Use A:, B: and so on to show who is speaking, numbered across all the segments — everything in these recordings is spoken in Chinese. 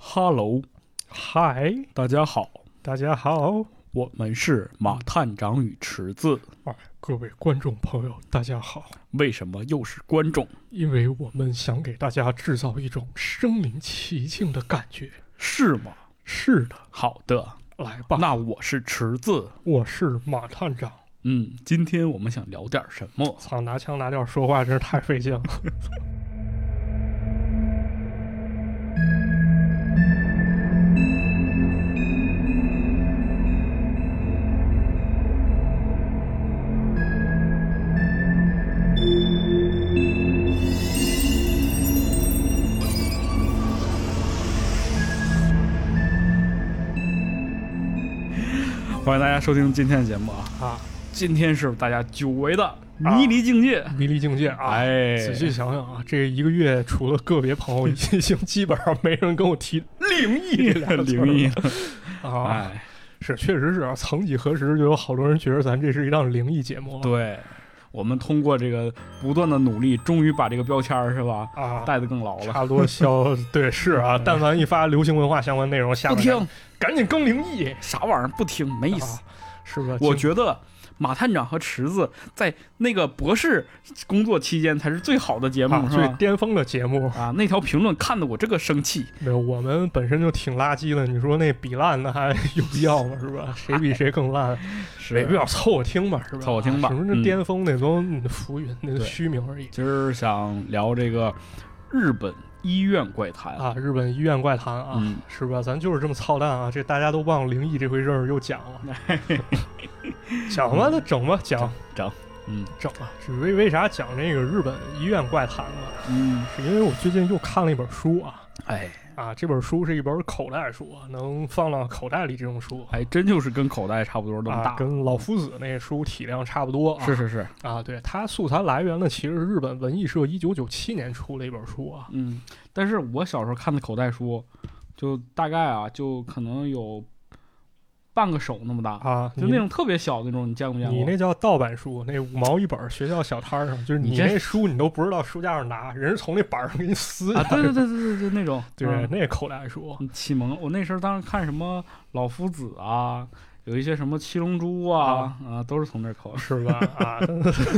A: 哈喽，
B: 嗨，
A: 大家好，
B: 大家好，
A: 我们是马探长与池子。
B: 啊，各位观众朋友，大家好。
A: 为什么又是观众？
B: 因为我们想给大家制造一种身临其境的感觉。
A: 是吗？
B: 是的，
A: 好的，
B: 来吧。
A: 那我是池子。
B: 我是马探长。
A: 嗯，今天我们想聊点什么？
B: 操，拿腔拿调说话真是太费劲了。
A: 欢迎大家收听今天的节目啊！
B: 啊，
A: 今天是大家久违的迷离境界。
B: 迷离境界啊！
A: 哎，
B: 仔细想想啊，这一个月除了个别朋友，已经基本上没人跟我提灵异两个字 儿
A: 灵异，
B: 啊。
A: 哎，
B: 是，确实是啊。曾几何时，就有好多人觉得咱这是一档灵异节目啊了
A: 对，我们通过这个不断的努力，终于把这个标签儿是吧，
B: 啊。
A: 带得更牢了。
B: 差不多消对是啊，但凡一发流行文化相关内容，下
A: 不
B: 面
A: 听啊
B: 赶紧更灵异，
A: 啥玩意儿，不听没意思。
B: 啊是吧？
A: 我
B: 经
A: 觉得马探长和池子在那个博士工作期间才是最好的节目，
B: 啊
A: 嗯是
B: 最
A: 吧？
B: 巅峰的节目，
A: 啊，那条评论看得我这个生气。
B: 没有我们本身就挺垃圾的，你说那比烂的还有必要吗？是 吧？谁比谁更烂？没必要凑合听吧，是吧？
A: 凑合听吧
B: 什么
A: 嗯
B: 这巅峰那都浮云，那都
A: 对
B: 虚名而已
A: 今儿想聊这个日本医院怪谈，
B: 啊！日本医院怪谈啊，
A: 嗯，
B: 是吧？咱就是这么操蛋啊！这大家都忘了灵异这回事儿，又讲了， 讲吧，那整吧，讲
A: 整嗯
B: 整吧。是为为啥讲这个日本医院怪谈呢？
A: 嗯，
B: 是因为我最近又看了一本书啊
A: 哎，
B: 啊，这本书是一本口袋书，啊能放到口袋里这种书。
A: 还真就是跟口袋差不多那么
B: 啊，
A: 大，
B: 跟老夫子那书体量差不多啊。
A: 是是是，
B: 啊，对，它素材来源呢，其实是日本文艺社一九九七年出的一本书啊。
A: 嗯。但是我小时候看的口袋书，就大概啊，就可能有半个手那么大，
B: 啊，
A: 就
B: 你
A: 那种特别小的那种，你见过没见过？
B: 你那叫盗版书，那五毛一本儿，学校小摊儿上，就是
A: 你
B: 你
A: 这
B: 那书你都不知道书架上拿，人是从那板儿上给你撕下
A: 啊，
B: 来
A: 对对
B: 的
A: 对对对，就那种，
B: 对
A: 嗯
B: 那口袋书
A: 启蒙了。我那时候当时看什么老夫子啊，有一些什么七龙珠啊，啊，都是从那儿抠的。
B: 是吧？ 啊，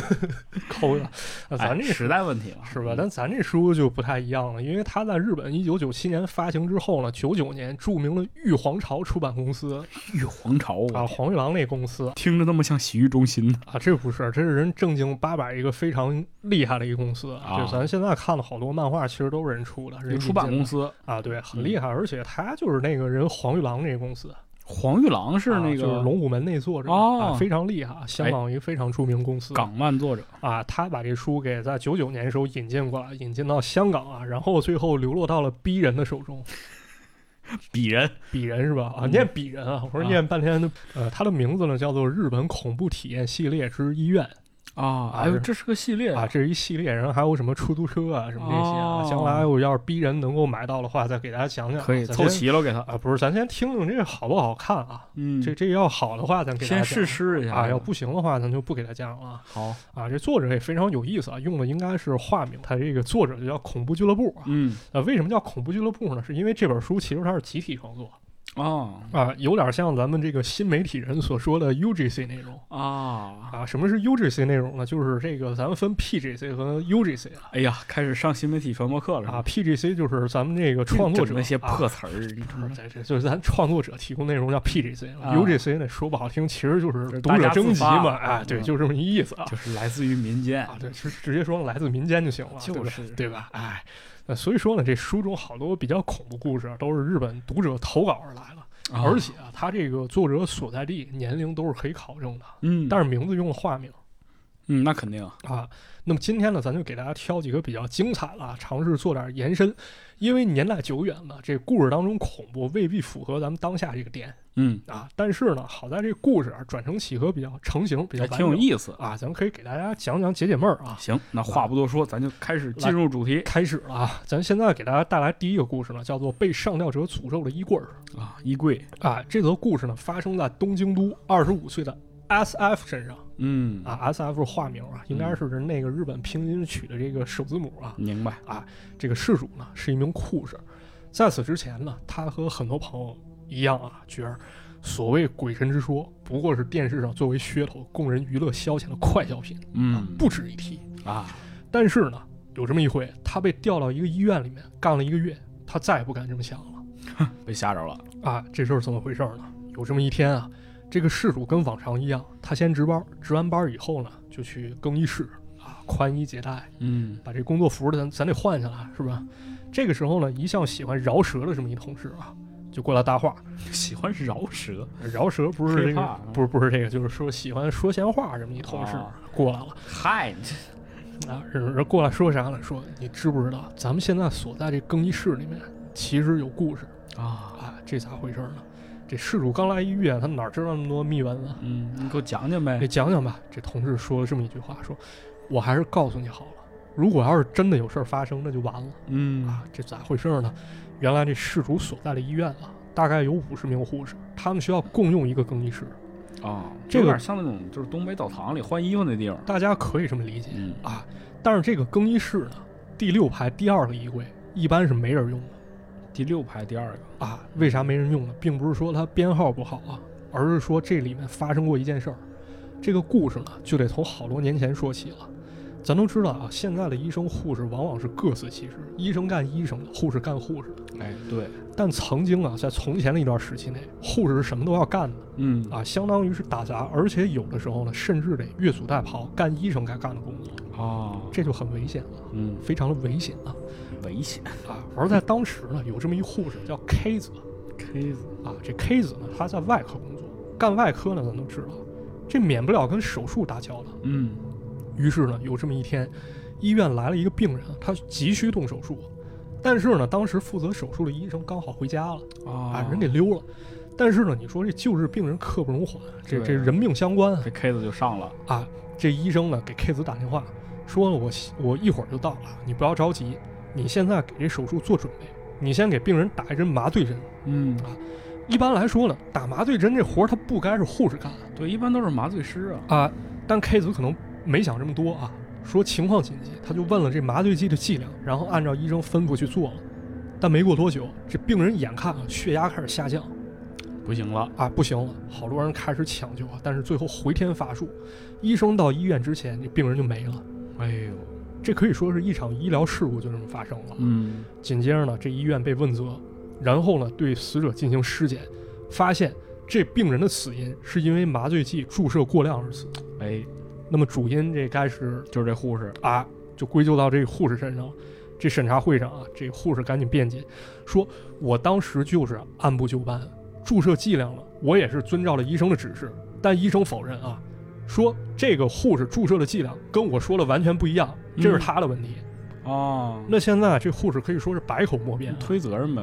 B: 抠的，啊咱
A: 哎
B: 这
A: 时代问题嘛，
B: 是吧？
A: 嗯
B: 但咱这书就不太一样了，因为它在日本一九九七年发行之后呢，九九年著名的玉皇朝出版公司
A: 玉皇朝
B: 啊，，黄玉郎那公司
A: 听着那么像洗浴中心呢。
B: 啊，这不是，这是人正经八百一个非常厉害的一个公司。
A: 啊
B: 就咱现在看的好多漫画，其实都是人出的，人
A: 有出版
B: 引
A: 公
B: 进的
A: 司，
B: 啊，对，
A: 嗯
B: 很厉害。而且他就是那个人黄玉郎那个公司，
A: 黄玉郎是
B: 啊
A: 那
B: 就是
A: 个
B: 龙虎门那作者、
A: 哦哎
B: 啊，非常厉害，香港一个非常著名公司。
A: 港漫作者，
B: 啊，他把这书给在九九年的时候引进过来，引进到香港啊，然后最后流落到了鄙人的手中。
A: 鄙人
B: 鄙人是吧？啊，
A: 嗯
B: 念鄙人啊，我说
A: 啊
B: 念半天都。呃，他的名字呢叫做《日本恐怖体验系列之医院》。
A: 啊，哎呦，这是个系列
B: 啊，，这是一系列，然后还有什么出租车啊，什么这些啊。
A: 哦
B: 将来我要是逼人能够买到的话，再给大家讲讲啊。
A: 可以
B: 咱
A: 凑
B: 先
A: 齐了给他。
B: 啊，不是，咱先听听这个好不好看啊？
A: 嗯，
B: 这这要好的话，咱给大
A: 先
B: 家讲
A: 试吃一下
B: 啊；要不行的话，咱就不给他讲了
A: 好，
B: 啊。这作者也非常有意思啊，用的应该是化名，他这个作者就叫恐怖俱乐部啊。
A: 嗯
B: 呃，为什么叫恐怖俱乐部呢？是因为这本书其实它是集体创作
A: 啊
B: 啊，有点像咱们这个新媒体人所说的 UGC 内容。
A: 啊，
B: 啊，什么是 UGC 内容呢？就是这个，咱们分 PGC 和 UGC 啊。
A: 哎呀，开始上新媒体传播课了
B: 啊，PGC 就是咱们这个创作者
A: 嗯整那些
B: 啊
A: 破词儿，你知道吗
B: 这这就是咱创作者提供内容叫 PGC，UGC
A: 啊、
B: UGC 呢说不好听，其实就是
A: 是
B: 读
A: 大
B: 者
A: 家
B: 征
A: 自
B: 集
A: 发
B: 嘛，哎，对，
A: 嗯
B: 就这么一意思啊。
A: 就是来自于民间
B: 啊，对，直直接说来自民间就行了，对吧
A: 就是
B: 对吧？哎，那所以说呢，这书中好多比较恐怖故事啊都是日本读者投稿而来的，而且啊，他这个作者所在地年龄都是可以考证的，
A: 嗯，
B: 但
A: 是
B: 是名字用了化名。
A: 嗯，那肯定啊
B: 啊，那么今天呢，咱就给大家挑几个比较精彩了，啊尝试做点延伸，因为年代久远了，这故事当中恐怖未必符合咱们当下这个点
A: 嗯，
B: 啊。但是呢，好在这故事啊转成几何比较成型，比较
A: 还
B: 完
A: 哎挺有
B: 整
A: 意思。
B: 啊，咱们可以给大家讲讲解解闷儿啊。
A: 行，那话不多说，咱就开始进入主题
B: 开始了啊，咱现在给大家带来第一个故事呢，叫做《被上吊者诅咒的衣柜儿
A: 啊。衣柜，》
B: 啊。这则故事呢，发生在东京都二十五岁的 S.F 身上
A: 嗯，
B: 啊，S.F 是化名啊，应该是那个日本拼音取的这个首字母啊。
A: 明白
B: 这个事主呢是一名护士，在此之前呢，他和很多朋友一样啊，觉得所谓鬼神之说不过是电视上作为噱头供人娱乐消遣的快消品，啊
A: 嗯
B: 不值一提。
A: 啊，
B: 但是呢，有这么一回，他被调到一个医院里面干了一个月，他再也不敢这么想了。
A: 被吓着了
B: 啊，这事儿怎么回事儿呢？有这么一天啊，这个事主跟往常一样，他先值班，值完班以后呢，就去更衣室啊，宽衣解带，
A: 嗯
B: 把这工作服咱咱得换下来，是吧？这个时候呢，一向喜欢饶舌的这么一同事啊，就过来搭话。
A: 喜欢饶 舌
B: 饶舌不是这
A: Hip-hop
B: 个
A: 啊，
B: 不是不是这个，就是说喜欢说闲话这么一同事
A: 啊
B: 过来了。
A: 嗨，
B: 啊，人人过来说啥了？说你知不知道，咱们现在所在这更衣室里面其实有故事
A: 啊，
B: 啊？这咋回事呢？这事主刚来医院，他哪知道那么多秘闻啊？
A: 嗯，你给我讲讲呗
B: 你，讲讲吧。这同事说了这么一句话，说我还是告诉你好了，如果要是真的有事儿发生，那就完了
A: 嗯
B: 啊！这咋回事儿呢？原来这事主所在的医院啊，大概有五十名护士，他们需要共用一个更衣室，
A: 啊，
B: 这
A: 有
B: 个
A: 点像那种就是东北澡堂里换衣服那地方，
B: 大家可以这么理解。
A: 嗯
B: 啊，但是这个更衣室呢，第六排第二个衣柜一般是没人用的
A: 嗯第六排第二个，
B: 啊。为啥没人用呢？并不是说它编号不好啊，而是说这里面发生过一件事儿。这个故事呢，就得从好多年前说起了。咱都知道啊，现在的医生护士往往是各司其职，医生干医生的，护士干护士的。
A: 哎，对，
B: 但曾经啊，在从前的一段时期内，护士是什么都要干的
A: 嗯
B: 啊，相当于是打杂，而且有的时候呢，甚至得越俎代庖，干医生该干的工作，
A: 啊，
B: 这就很危险了。
A: 嗯，
B: 非常的危险啊
A: 危险
B: 啊！而在当时呢，有这么一护士叫 K 子
A: ，K 子，
B: 啊，这 K 子呢，她在外科工作，干外科呢，咱都知道，这免不了跟手术打交道。
A: 嗯
B: 于是呢，有这么一天，医院来了一个病人，他急需动手术，但是呢，当时负责手术的医生刚好回家了，把
A: 啊
B: 人给溜了。但是呢，你说这救治病人刻不容缓，这这
A: 对啊
B: 人命相关啊
A: 这 K 子就上了，
B: 啊！这医生呢给 K 子打电话，说了我我一会儿就到了，你不要着急，你现在给这手术做准备，你先给病人打一针麻醉针。
A: 嗯
B: 一般来说呢，打麻醉针这活儿它不该是护士干
A: 对，一般都是麻醉师啊，
B: 啊，但 K 组可能没想这么多啊，说情况紧急，他就问了这麻醉剂的剂量，然后按照医生吩咐去做了。但没过多久，这病人眼看啊血压开始下降
A: 不行了，
B: 啊，不行了，好多人开始抢救啊，但是最后回天乏术，医生到医院之前，这病人就没了。
A: 哎呦，
B: 这可以说是一场医疗事故就这么发生了。
A: 嗯
B: 紧接着呢，这医院被问责，然后呢对死者进行尸检，发现这病人的死因是因为麻醉剂注射过量而死。
A: 哎，
B: 那么主因这该是
A: 就是这护士，
B: 啊，就归咎到这个护士身上了。这审查会上啊，这护士赶紧辩解，说我当时就是按部就班，注射剂量了，我也是遵照了医生的指示，但医生否认啊，说这个护士注射的剂量跟我说的完全不一样，这是
A: 嗯
B: 他的问题。
A: 哦，
B: 那现在这护士可以说是百口莫辩啊、
A: 推责任呗，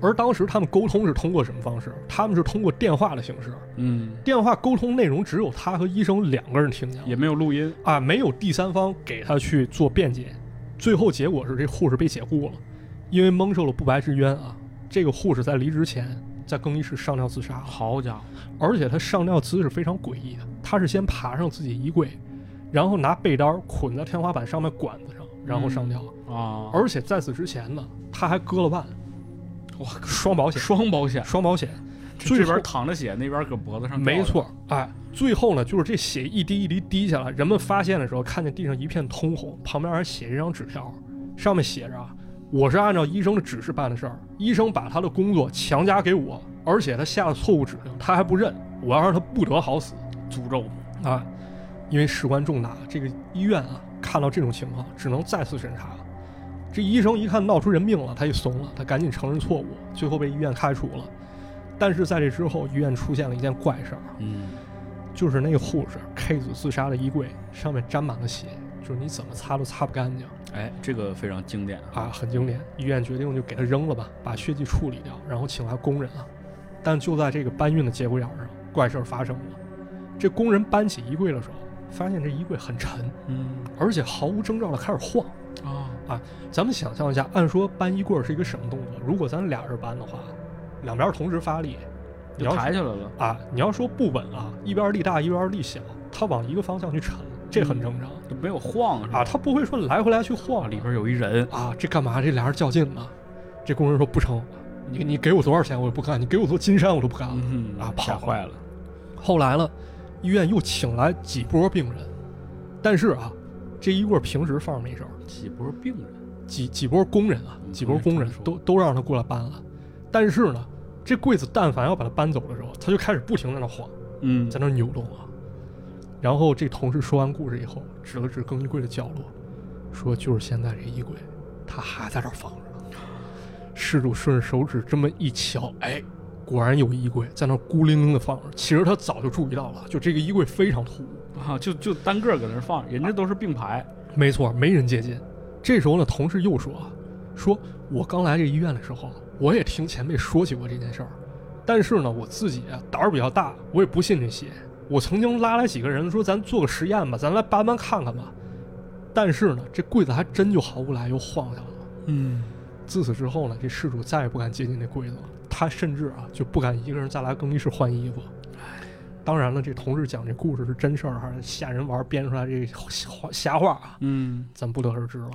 B: 而当时他们沟通是通过什么方式？他们是通过电话的形式，
A: 嗯，
B: 电话沟通内容只有他和医生两个人听见
A: 也没有录音，
B: 啊，没有第三方给他去做辩解。最后结果是这护士被解雇了，因为蒙受了不白之冤啊。这个护士在离职前在更衣室上吊自杀了，
A: 好家伙，
B: 而且他上吊姿势非常诡异的，他是先爬上自己衣柜，然后拿被单捆在天花板上面管子上，然后上吊。
A: 啊，
B: 而且在此之前呢，他还割了腕，
A: 我靠，
B: 双保险，
A: 双保险，
B: 双保险。
A: 这这
B: 最后
A: 边淌着血，那边搁脖子上，
B: 没，错，哎，最后呢，就是这血一滴一滴滴下来，人们发现的时候，看见地上一片通红，旁边还写着一张纸条，上面写着啊，我是按照医生的指示办的事儿，医生把他的工作强加给我，而且他下了错误指令，他还不认，我要让他不得好死
A: 诅咒，
B: 啊！因为事关重大，这个医院啊，看到这种情况，只能再次审查了。这医生一看闹出人命了，他也怂了，他赶紧承认错误，最后被医院开除了。但是在这之后，医院出现了一件怪事儿。
A: 嗯，
B: 就是那个护士 K 组自杀的衣柜上面沾满了血，就是你怎么擦都擦不干净
A: 哎，这个非常经典啊，
B: 啊，很经典。医院决定就给他扔了吧，把血迹处理掉，然后请来工人啊。但就在这个搬运的节骨眼儿上，怪事儿发生了。这工人搬起衣柜的时候，发现这衣柜很沉，
A: 嗯
B: 而且毫无征兆的开始晃。
A: 啊，
B: 咱们想象一下，按说搬衣柜儿是一个什么动作？如果咱俩人搬的话，两边儿同时发力，你
A: 就
B: 要
A: 抬起来了，
B: 啊，你要说不稳啊，一边力大一边力小，它往一个方向去沉，这很正常啊
A: 就没有晃是吧
B: 啊，？它不会说来回来去晃
A: 里边有一人，
B: 啊，这干嘛？这俩人较劲呢？这工人说不成，你你给我多少钱我也不干，你给我座金山我都不干了。
A: 嗯
B: 啊跑
A: 吓坏了，
B: 后来呢，医院又请来几波病人，但是啊，这一棍儿平时放着没事儿，
A: 几波病人，
B: 几几波工人啊，
A: 嗯
B: 几波工人
A: 这么说
B: 都都让他过来搬了。但是呢，这柜子但凡要把它搬走的时候，他就开始不停地在那晃，
A: 嗯
B: 在那扭动啊。然后这同事说完故事以后，指了指更衣柜的角落，说：“就是现在这衣柜，他还在这儿放着呢。”事主顺着手指这么一瞧，哎，果然有衣柜在那儿孤零零的放着。其实他早就注意到了，就这个衣柜非常突兀，
A: 啊，就就单个儿搁那儿放，人家都是并排，
B: 没错，没人接近。这时候呢，同事又说啊，说我刚来这医院的时候，我也听前辈说起过这件事儿，但是呢，我自己啊胆儿比较大，我也不信这邪。我曾经拉来几个人说，咱做个实验吧，咱来搬搬看看吧。但是呢，这柜子还真就毫无来由晃下来了。
A: 嗯，
B: 自此之后呢，这事主再也不敢接近这柜子了，他甚至啊就不敢一个人再来更衣室换衣服。当然了，这同事讲这故事是真事儿还是吓人玩儿编出来这瞎话啊？
A: 嗯，
B: 咱不得而知了。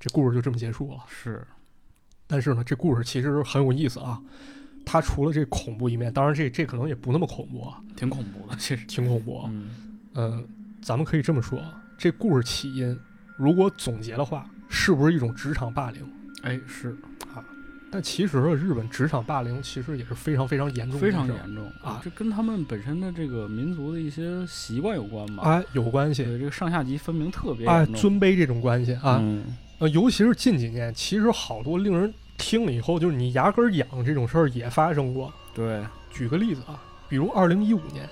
B: 这故事就这么结束了。
A: 是，
B: 但是呢，这故事其实很有意思啊。它除了这恐怖一面，当然这这可能也不那么恐怖 啊，
A: 挺恐怖的，其实，
B: 挺恐怖啊。
A: 嗯
B: 嗯，咱们可以这么说，啊，这故事起因如果总结的话，是不是一种职场霸凌？
A: 哎，是
B: 但其实啊日本职场霸凌其实也是非常非常严重的，
A: 非常。严重
B: 啊
A: 这跟他们本身的这个民族的一些习惯有关吧？
B: 哎，有关系。
A: 啊对，这个啊上下级分明特别
B: 哎，
A: 严重
B: 尊卑这种关系啊，
A: 嗯
B: 呃，尤其是近几年，其实好多令人听了以后就是你牙根儿痒这种事儿也发生过。
A: 对，
B: 举个例子啊，比如二零一五年，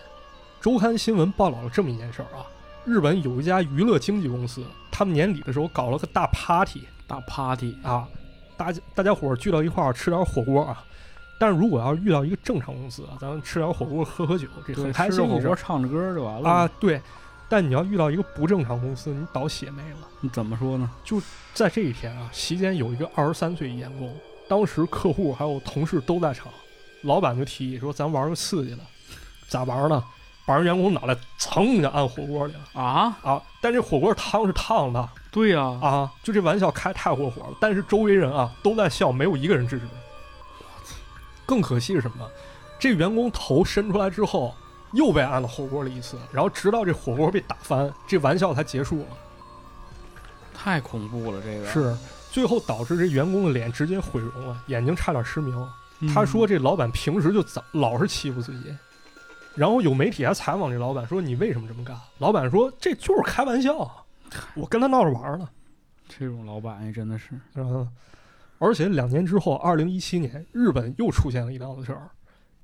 B: 周刊新闻报道了这么一件事儿啊，日本有一家娱乐经纪公司，他们年底的时候搞了个大 party
A: 大 party，
B: 啊，大家大家伙儿聚到一块儿吃点火锅啊。但是如果要是遇到一个正常公司啊，咱们吃点火锅喝喝酒，这
A: 对，
B: 很开
A: 吃
B: 心
A: 着火
B: 一事
A: 锅
B: 儿
A: 唱着歌就完了
B: 啊。。对，但你要遇到一个不正常公司，你倒血霉了。
A: 你怎么说呢？
B: 在这一天啊，席间有一个二十三岁员工，当时客户还有同事都在场，老板就提议说：“咱玩个刺激的，咋玩呢？把人员工脑袋噌就按火锅里了
A: 啊，
B: 啊！但这火锅汤是烫的
A: 对呀、啊，
B: 啊！就这玩笑开太过火了，但是周围人啊都在笑，没有一个人制止。更可惜是什么呢？这员工头伸出来之后，又被按了火锅里一次，然后直到这火锅被打翻，这玩笑才结束了。
A: 太恐怖了，这个
B: 是，最后导致这员工的脸直接毁容了，眼睛差点失明。
A: 嗯
B: 他说这老板平时就早老是欺负自己，然后有媒体还采访这老板说你为什么这么干？老板说这就是开玩笑，我跟他闹着玩儿呢。
A: 这种老板哎，真的是，
B: 嗯，而且两年之后，二零一七年，日本又出现了一档子事儿。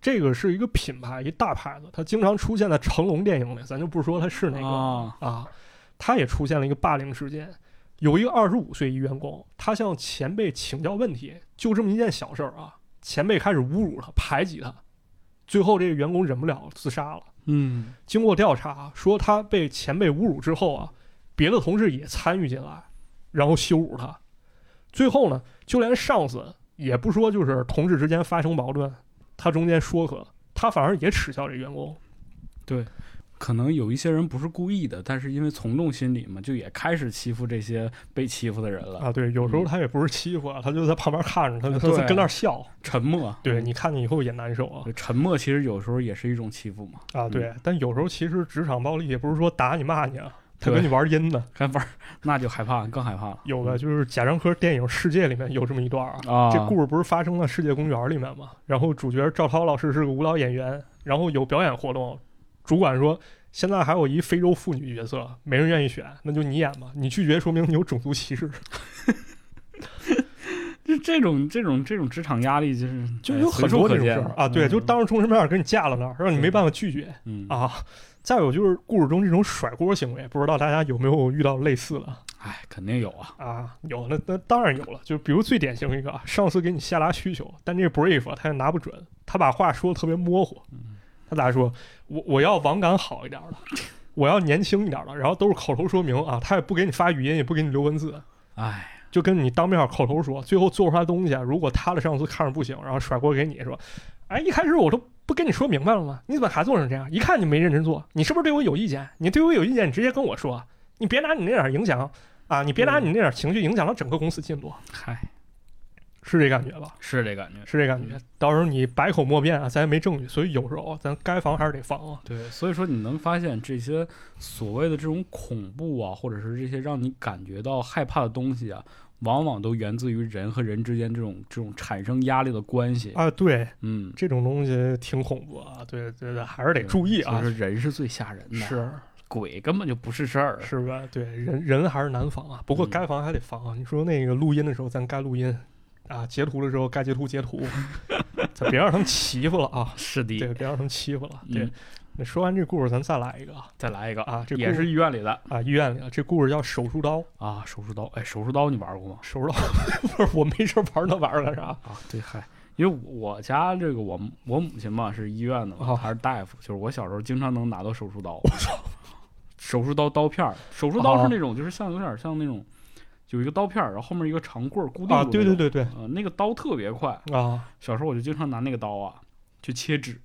B: 这个是一个品牌，一大牌子，它经常出现在成龙电影里，咱就不说它是哪个了
A: 啊，
B: 啊，他也出现了一个霸凌事件。有一个二十五岁一员工，他向前辈请教问题，就这么一件小事儿啊，前辈开始侮辱他、排挤他，最后这个员工忍不了自杀了。
A: 嗯，
B: 经过调查，啊说他被前辈侮辱之后啊，别的同事也参与进来，然后羞辱他。最后呢，就连上司也不说，就是同事之间发生矛盾，他中间说和，他反而也耻笑这员工。
A: 可能有一些人不是故意的，但是因为从众心理嘛，就也开始欺负这些被欺负的人了，
B: 啊，对，有时候他也不是欺负啊，他就在旁边看着，他就他
A: 对嗯
B: 就跟那儿笑。
A: 沉默，
B: 对你看见以后也难受啊
A: 对沉默其实有时候也是一种欺负嘛，
B: 啊！
A: 嗯
B: 对，但有时候其实职场暴力也不是说打你骂你啊，他
A: 对
B: 跟你玩阴的。
A: 还玩儿那就害怕，更害怕了，
B: 有的就是贾樟柯电影《世界》里面有这么一段啊，
A: 啊，
B: 这故事不是发生在世界公园里面吗？然后主角赵涛老师是个舞蹈演员，然后有表演活动，主管说现在还有一非洲妇女角色，没人愿意选，那就你演吧，你拒绝说明你有种族歧视。
A: 就这种这种这种职场压力，就是
B: 就
A: 哎
B: 有
A: 随
B: 很
A: 处
B: 多
A: 可
B: 这种事
A: 见
B: 儿啊，对，
A: 嗯
B: 就当着众生面儿给你架了那儿，让你没办法拒绝
A: 嗯，
B: 啊。再有就是故事中这种甩锅行为，不知道大家有没有遇到类似的
A: 哎，肯定有啊，
B: 啊？有，那那当然有了。就比如最典型一个啊，上司给你下达需求，但这 brief 啊他也拿不准，他把话说的特别模糊。他咋说？我我要网感好一点儿的，我要年轻一点儿的，然后都是口头说明啊，他也不给你发语音，也不给你留文字，
A: 哎，
B: 就跟你当面口头说，最后做出来东西啊，如果他的上司看着不行，然后甩锅给你说，哎，一开始我都不跟你说明白了吗？你怎么还做成这样？一看就没认真做，你是不是对我有意见？你对我有意见，你直接跟我说，你嗯别拿你那点儿影响啊，你别拿你那点儿情绪影响到整个公司进度
A: 嗨，
B: 是这感觉吧？
A: 是这感觉。
B: 是这感觉。到时候你百口莫辩啊，咱也没证据，所以有时候咱该防还是得防啊。
A: 对，所以说你能发现这些所谓的这种恐怖啊，或者是这些让你感觉到害怕的东西啊，往往都源自于人和人之间这种这种产生压力的关系。
B: 啊，对，
A: 嗯，
B: 这种东西挺恐怖啊，对对对，还是得注意啊
A: 就。是人是最吓人的，
B: 是
A: 鬼根本就不是事儿。
B: 是吧？对，人人还是难防啊。不过
A: 嗯
B: 该防还得防啊。你说那个录音的时候，咱该录音啊；截图的时候该截图截 图，咱别让他们欺负了啊。
A: 是的，
B: 对，别让他们欺负了。对
A: 嗯，，
B: 那说完这故事，咱再来一个啊
A: 再来一个，
B: 啊。这
A: 也
B: 故事
A: 是医院里的
B: 啊，医院里啊，这故事叫手术刀。
A: 啊，手术刀。哎，手术刀你玩过吗？
B: 手术刀 不是我没事儿玩儿那玩意儿干啥？
A: 啊，对，嗨，因为我家这个我母我母亲嘛是医院的嘛，
B: 哦
A: 还是大夫，就是我小时候经常能拿到手术刀，手术刀刀片儿，手术刀
B: 哦
A: 是那种就是像有点像那种有一个刀片儿，然后后面一个长棍儿固定住、
B: 啊，对对，对对
A: 呃，那个刀特别快，
B: 啊，
A: 小时候我就经常拿那个刀啊去切纸，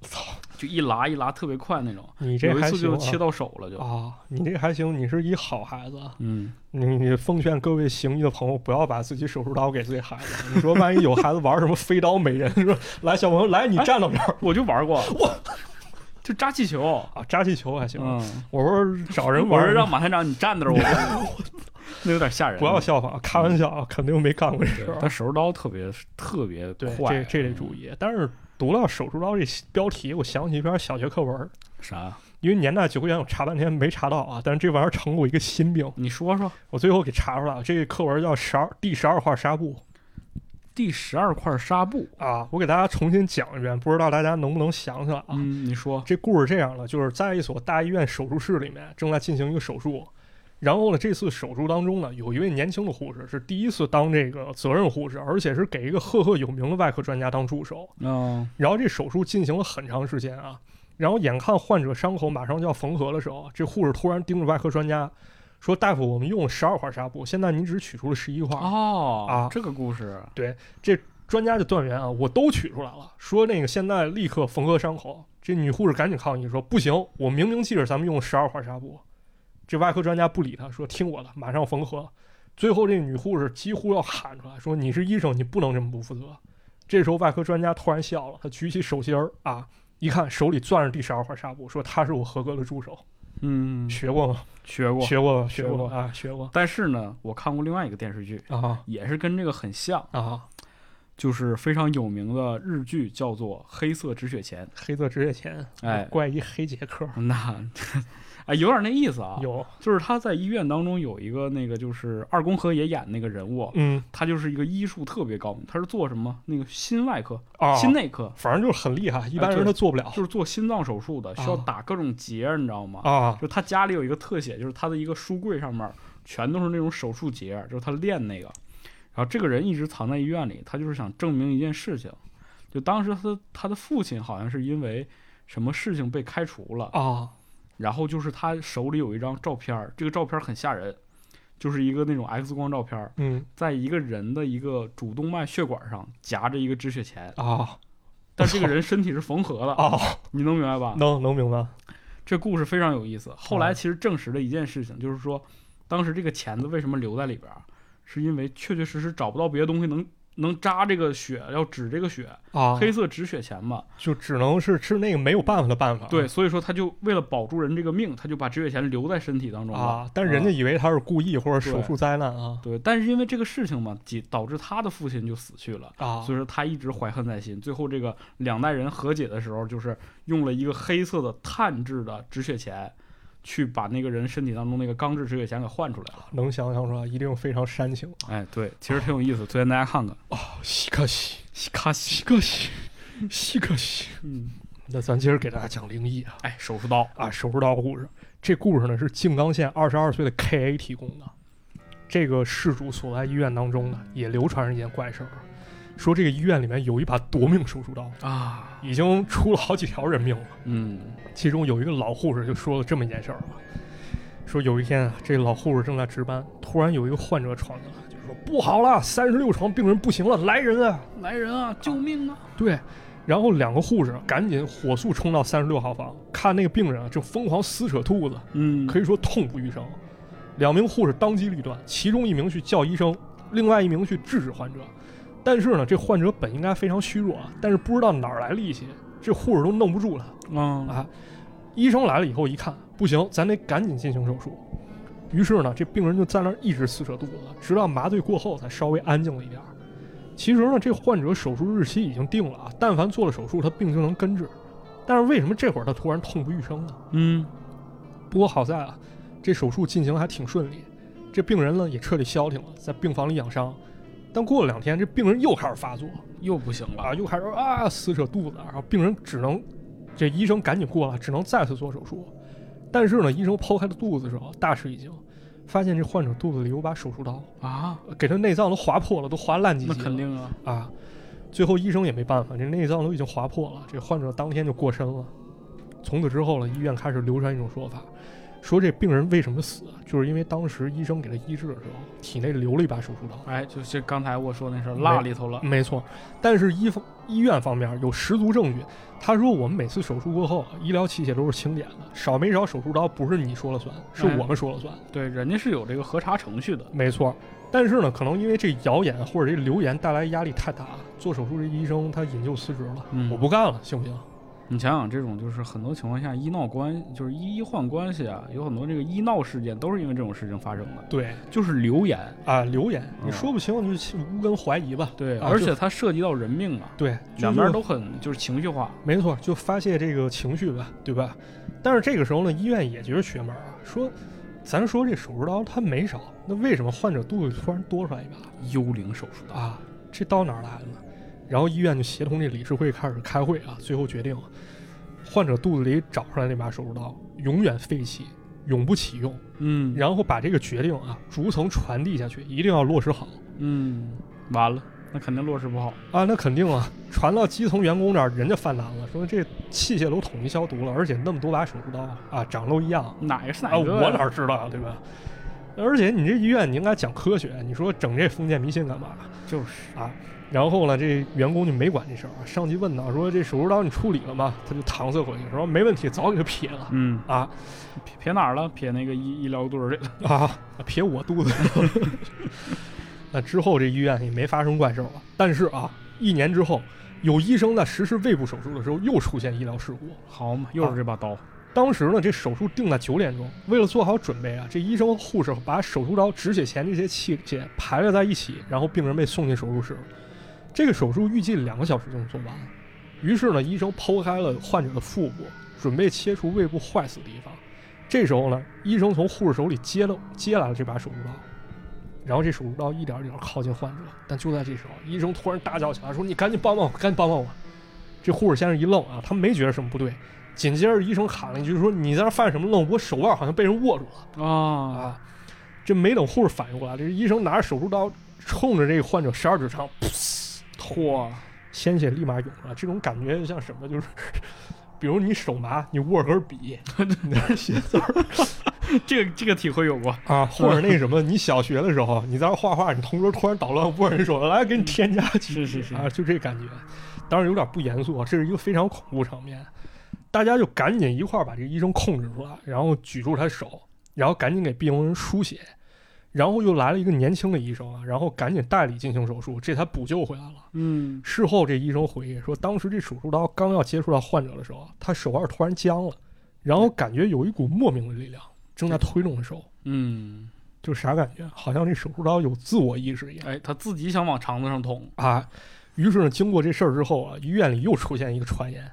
B: 操，
A: 就一拉一拉特别快那种，
B: 你这
A: 有一
B: 还
A: 次
B: 行
A: 就
B: 啊
A: 切到手了就，
B: 啊，你这还行，你是一好孩子啊。
A: 嗯，
B: 你你奉劝各位行医的朋友，不要把自己手术刀给自己孩子。你说万一有孩子玩什么飞刀美人，说来小朋友来，你站到这儿、
A: 我就玩过，我就扎气球，
B: 啊，扎气球还行。
A: 嗯，
B: 我说找人
A: 我
B: 玩
A: 是
B: 儿，
A: 让马探长你站那 儿，我那有点吓人，
B: 不要效仿，开玩笑啊，肯定没干过这事
A: 对，
B: 儿嗯
A: 他。手术刀特别特别
B: 对，
A: 快，
B: 这这得注意。但是读到手术刀这标题，我想起一篇小学课文儿，
A: 啥？
B: 因为年代久远，我查半天没查到啊。但是这玩意儿成了我一个心病，
A: 你说说，
B: 我最后给查出来了。这个课文叫《十二第十二块纱布》
A: 第十二块纱布，
B: 啊，我给大家重新讲一遍，不知道大家能不能想起来啊？
A: 嗯，你说，
B: 这故事这样了，就是在一所大医院手术室里面正在进行一个手术，然后呢，这次手术当中呢，有一位年轻的护士是第一次当这个责任护士，而且是给一个赫赫有名的外科专家当助手。
A: 嗯
B: 然后这手术进行了很长时间啊，然后眼看患者伤口马上就要缝合的时候，这护士突然盯着外科专家说：“大夫，我们用了十二块纱布，现在您只取出了十一块。”
A: 哦
B: 啊
A: 这个故事，
B: 专家就断言啊，我都取出来了，说那个现在立刻缝合伤口。这女护士赶紧抗议说：“不行，我明明记着咱们用十二块纱布。”这外科专家不理她，说：“听我的，马上缝合。”最后，这女护士几乎要喊出来说：“你是医生，你不能这么不负责。”这时候，外科专家突然笑了，他举起手心儿啊，一看手里攥着第十二块纱布，说：“他是我合格的助手。
A: 嗯，
B: 学过吗？
A: 学过，
B: 学过，
A: 学
B: 学过
A: 过
B: 啊，学过
A: 但是呢，我看过另外一个电视剧，
B: 啊
A: 也是跟这个很像，
B: 啊！
A: 就是非常有名的日剧，叫做《黑色止血 钳》。
B: 黑色职业前，
A: 哎
B: 怪一黑杰克，
A: 那，哎，有点那意思啊，
B: 有，
A: 就是他在医院当中有一个那个，就是二宫和也演那个人物，
B: 嗯
A: 他就是一个医术特别高明，他是做什么？那个心外科、
B: 啊，
A: 心内科，
B: 反正啊就是很厉害，一般
A: 哎对
B: 人他做不了
A: 就是做心脏手术的，需要
B: 啊
A: 打各种结，你知道吗？
B: 啊
A: 就他家里有一个特写，就是他的一个书柜上面全都是那种手术结，就是他练那个。然后这个人一直藏在医院里，他就是想证明一件事情，就当时他他的父亲好像是因为什么事情被开除了，
B: 啊
A: 然后就是他手里有一张照片儿，这个照片儿很吓人，就是一个那种 X 光照片儿，
B: 嗯
A: 在一个人的一个主动脉血管上夹着一个止血钳，
B: 啊
A: 但这个人身体是缝合的，
B: 啊，
A: 你能明白吧？
B: 能能明白
A: 这故事非常有意思。后来其实证实了一件事情，就是说，当时这个钳子为什么留在里边儿，是因为确确实实找不到别的东西能能扎这个血，要止这个血，
B: 啊，
A: 黑色止血钳嘛。
B: 就只能是吃那个没有办法的办法，啊
A: 对，所以说他就为了保住人这个命，他就把止血钳留在身体当中了。
B: 啊，但人家以为他是故意或者手术灾难啊
A: 对，但是因为这个事情嘛，导导致他的父亲就死去了。
B: 啊
A: 所以说他一直怀恨在心。最后这个两代人和解的时候，就是用了一个黑色的碳制的止血钳，去把那个人身体当中那个钢制止血钳给换出来了。
B: 能想象出来，一定非常煽情
A: 哎，对，其实挺有意思，推荐大家看看。
B: 啊，西可西
A: 西卡西，
B: 可西西可西。
A: 嗯，
B: 那咱接着给大家讲灵异啊
A: 哎，手术刀，
B: 啊，手术刀故事。这故事呢是静冈县二十二岁的 K A 提供的。这个事主所在医院当中呢，也流传着一件怪事儿，说这个医院里面有一把夺命手术刀。
A: 啊，
B: 已经出了好几条人命了。
A: 嗯，
B: 其中有一个老护士就说了这么一件事儿啊，说有一天啊，这老护士正在值班，突然有一个患者闯进来，就说不好了，三十六床病人不行了，来人啊！
A: 来人啊，救命啊！
B: 对，然后两个护士赶紧火速冲到三十六号房，看那个病人啊正疯狂撕扯兔子，
A: 嗯，
B: 可以说痛不欲生。两名护士当机立断，其中一名去叫医生，另外一名去制止患者。但是呢，这患者本应该非常虚弱啊，但是不知道哪儿来力气，这护士都弄不住他。
A: 嗯
B: 啊，医生来了以后一看，不行，咱得赶紧进行手术。于是呢，这病人就在那儿一直撕扯肚子，直到麻醉过后才稍微安静了一点儿。其实呢，这患者手术日期已经定了啊，但凡做了手术，他病就能根治。但是为什么这会儿他突然痛不欲生呢？
A: 嗯
B: 不过好在啊，这手术进行还挺顺利，这病人呢也彻底消停了，在病房里养伤。但过了两天，这病人又开始发作，
A: 又不行了
B: 啊，，又开始啊撕扯肚子，然后病人只能，这医生赶紧过来，只能再次做手术。但是呢，医生剖开了肚子的时候，大吃一惊，发现这患者肚子里有把手术刀，
A: 啊，
B: 给他内脏都划破了，都划烂几
A: 那
B: 节了
A: 肯定啊，
B: 啊。最后医生也没办法，这内脏都已经划破了，这患者当天就过身了。从此之后呢，医院开始流传一种说法，说这病人为什么死，啊就是因为当时医生给他医治的时候，体内留了一把手术刀。
A: 哎，就是刚才我说那事儿落里头了，
B: 没错，但是医方医院方面有十足证据，他说我们每次手术过后，啊医疗器械都是清点的，少没少手术刀不是你说了算，是
A: 哎
B: 我们说了算。
A: 对，人家是有这个核查程序的，
B: 没错，但是呢，可能因为这谣言或者这流言带来压力太大，做手术这医生他引咎辞职了，
A: 嗯
B: 我不干了，行不行？
A: 你想想，这种就是很多情况下医闹关，就是医医患关系啊，有很多这个医闹事件都是因为这种事情发生的，
B: 对
A: 就是流言，
B: 啊，流言你
A: 嗯
B: 说不清，你就无根怀疑吧。
A: 对，
B: 啊
A: 而
B: 就
A: 且它涉及到人命啊，
B: 对，
A: 两边
B: 都。
A: 都很就是情绪化，
B: 没错，就发泄这个情绪吧，对吧？但是这个时候呢，医院也觉得邪门儿啊，说，咱说这手术刀它没少，那为什么患者肚子突然多出来一把
A: 幽灵手术刀，
B: 啊？这刀哪儿来的呢？然后医院就协同这理事会开始开会啊，最后决定，患者肚子里找出来那把手术刀永远废弃，永不启用，
A: 嗯
B: 然后把这个决定啊逐层传递下去，一定要落实好
A: 嗯，完了，那肯定落实不好，
B: 啊。那肯定啊，传到基层员工那儿，人家犯难了，说这器械都统一消毒了，而且那么多把手术刀啊，长得都一样，
A: 哪个是哪
B: 啊，
A: 个呀、
B: 我哪知道啊，对吧？而且你这医院你应该讲科学，你说整这封建迷信干嘛？
A: 就是
B: 然后呢，这员工就没管这事儿啊。上级问他说：“这手术刀你处理了吗？”他就搪塞回去说：“没问题，早给他撇了
A: 嗯，
B: 啊
A: 撇撇哪儿了？撇那个医医疗队儿里了，
B: 啊，撇我肚子。” 那之后这医院也没发生怪事儿了。但是啊，一年之后，有医生在实施胃部手术的时候又出现医疗事故。
A: 好嘛，又是这把刀，
B: 当时呢，这手术定在九点钟。为了做好准备啊，这医生、护士把手术刀、止血钳这些器械排列在一起，然后病人被送进手术室。这个手术预计两个小时就能做完。于是呢，医生剖开了患者的腹部，准备切除胃部坏死的地方。这时候呢，医生从护士手里接了接来了这把手术刀，然后这手术刀一点一点靠近患者。但就在这时候，医生突然大叫起来，说：“你赶紧帮帮我，赶紧帮帮我！”这护士先是一愣啊，他没觉得什么不对。紧接着医生喊了一句说：“你在那儿犯什么愣？我手腕好像被人握住了
A: 啊，
B: 啊！”这没等护士反应过来，这医生拿着手术刀冲着这个患者十二指肠，
A: 嚯，
B: 鲜血立马涌出来。这种感觉像什么？就是比如你手麻，你握根笔，你在那儿写字儿
A: 这个这个体会有过，
B: 啊， 或者那什么，你小学的时候你在那儿画画，你同桌突然捣乱，握着你手来给你添加几
A: 是是是
B: 啊，就这感觉。当然有点不严肃啊，这是一个非常恐怖场面。大家就赶紧一块儿把这个医生控制住了，然后举住他的手，然后赶紧给病人输血，然后又来了一个年轻的医生啊，然后赶紧代理进行手术，这才补救回来了。
A: 嗯，
B: 事后这医生回忆说，当时这手术刀刚要接触到患者的时候啊，他手腕突然僵了，然后感觉有一股莫名的力量正在推动着手，
A: 嗯，
B: 就啥感觉？好像这手术刀有自我意识一样。
A: 哎，他自己想往肠子上捅，
B: 啊。于是呢，经过这事儿之后啊，医院里又出现一个传言，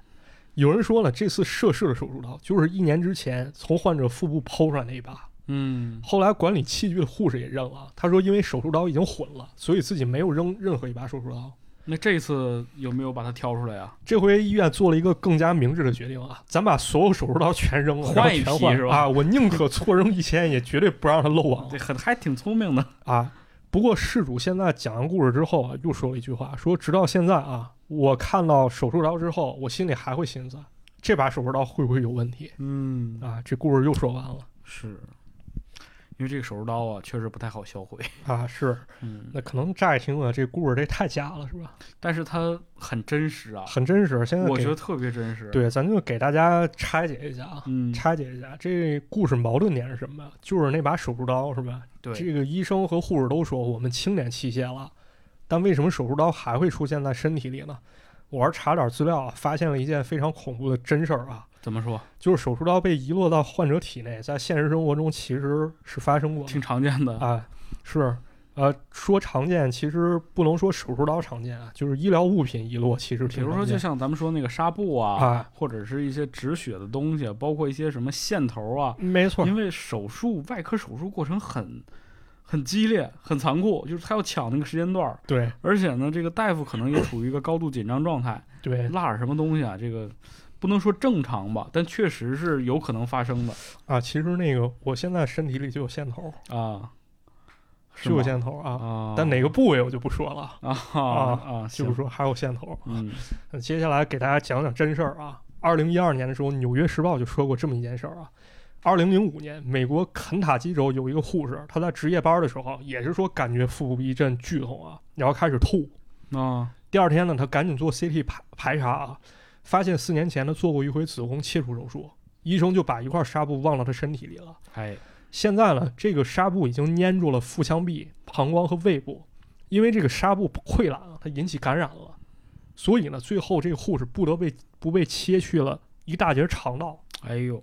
B: 有人说呢，这次涉事的手术刀就是一年之前从患者腹部剖出来那一把。
A: 嗯，
B: 后来管理器具的护士也认了，他说因为手术刀已经混了，所以自己没有扔任何一把手术刀。
A: 那这次有没有把它挑出来啊？
B: 这回医院做了一个更加明智的决定啊，咱把所有手术刀全扔了，然后
A: 换一
B: 全
A: 批
B: 换
A: 是吧
B: 啊，我宁可错扔一千，也绝对不让它漏 网。
A: 这很还挺聪明的，
B: 啊。不过事主现在讲完故事之后啊，又说了一句话，说直到现在啊，我看到手术刀之后，我心里还会寻思，这把手术刀会不会有问题
A: 嗯，
B: 啊？这故事又说完了
A: 是。因为这个手术刀啊，确实不太好销毁。
B: 啊，是
A: 嗯，
B: 那可能乍一听啊，这故事这太假了，是吧？
A: 但是它很真实啊，
B: 很真实，现在
A: 我
B: 给
A: 觉得特别真实。，
B: 对，咱就给大家拆解一下啊。
A: 嗯，
B: 拆解一下这故事矛盾点是什么？就是那把手术刀是吧？
A: 对，
B: 这个医生和护士都说我们清点器械了，但但为什么手术刀还会出现在身体里呢？我是查点资料啊，发现了一件非常恐怖的真事儿啊，
A: 怎么说？
B: 就是手术刀被遗落到患者体内，在现实生活中其实是发生过的
A: 挺常见的。
B: 嗯啊，是。呃，说常见，其实不能说手术刀常见啊，就是医疗物品遗落，其实
A: 比
B: 挺
A: 如
B: 常
A: 说，就
B: 见
A: 像咱们说那个纱布啊，
B: 啊，
A: 或者是一些止血的东西，啊包括一些什么线头啊，
B: 没错，
A: 因为手术外科手术过程很很激烈、很残酷，就是他要抢那个时间段儿，
B: 对
A: 而且呢，这个大夫可能也处于一个高度紧张状态，
B: 对
A: 落点什么东西啊，这个不能说正常吧，但确实是有可能发生的
B: 啊，其实那个我现在身体里就有线头，
A: 啊，是
B: 是有
A: 吗
B: 线头啊，
A: 啊，
B: 但哪个部位我就不说了，
A: 啊啊，
B: 就是
A: 行
B: 说还有线头。
A: 嗯
B: 那接下来给大家讲讲真事儿啊。二零一二年的时候，《纽约时报》就说过这么一件事儿啊。二零零五年，美国肯塔基州有一个护士，她在值夜班的时候，也是说感觉腹部一阵剧痛啊，然后开始吐。
A: 啊
B: 第二天呢，她赶紧做 CT 排排查啊，发现四年前她做过一回子宫切除手术，医生就把一块纱布忘到她身体里了。
A: 哎
B: 现在呢，这个纱布已经粘住了腹腔壁、膀胱和胃部，因为这个纱布溃烂啊了，它引起感染了，所以呢，最后这个护士不得被不被切去了一大截肠道。
A: 哎呦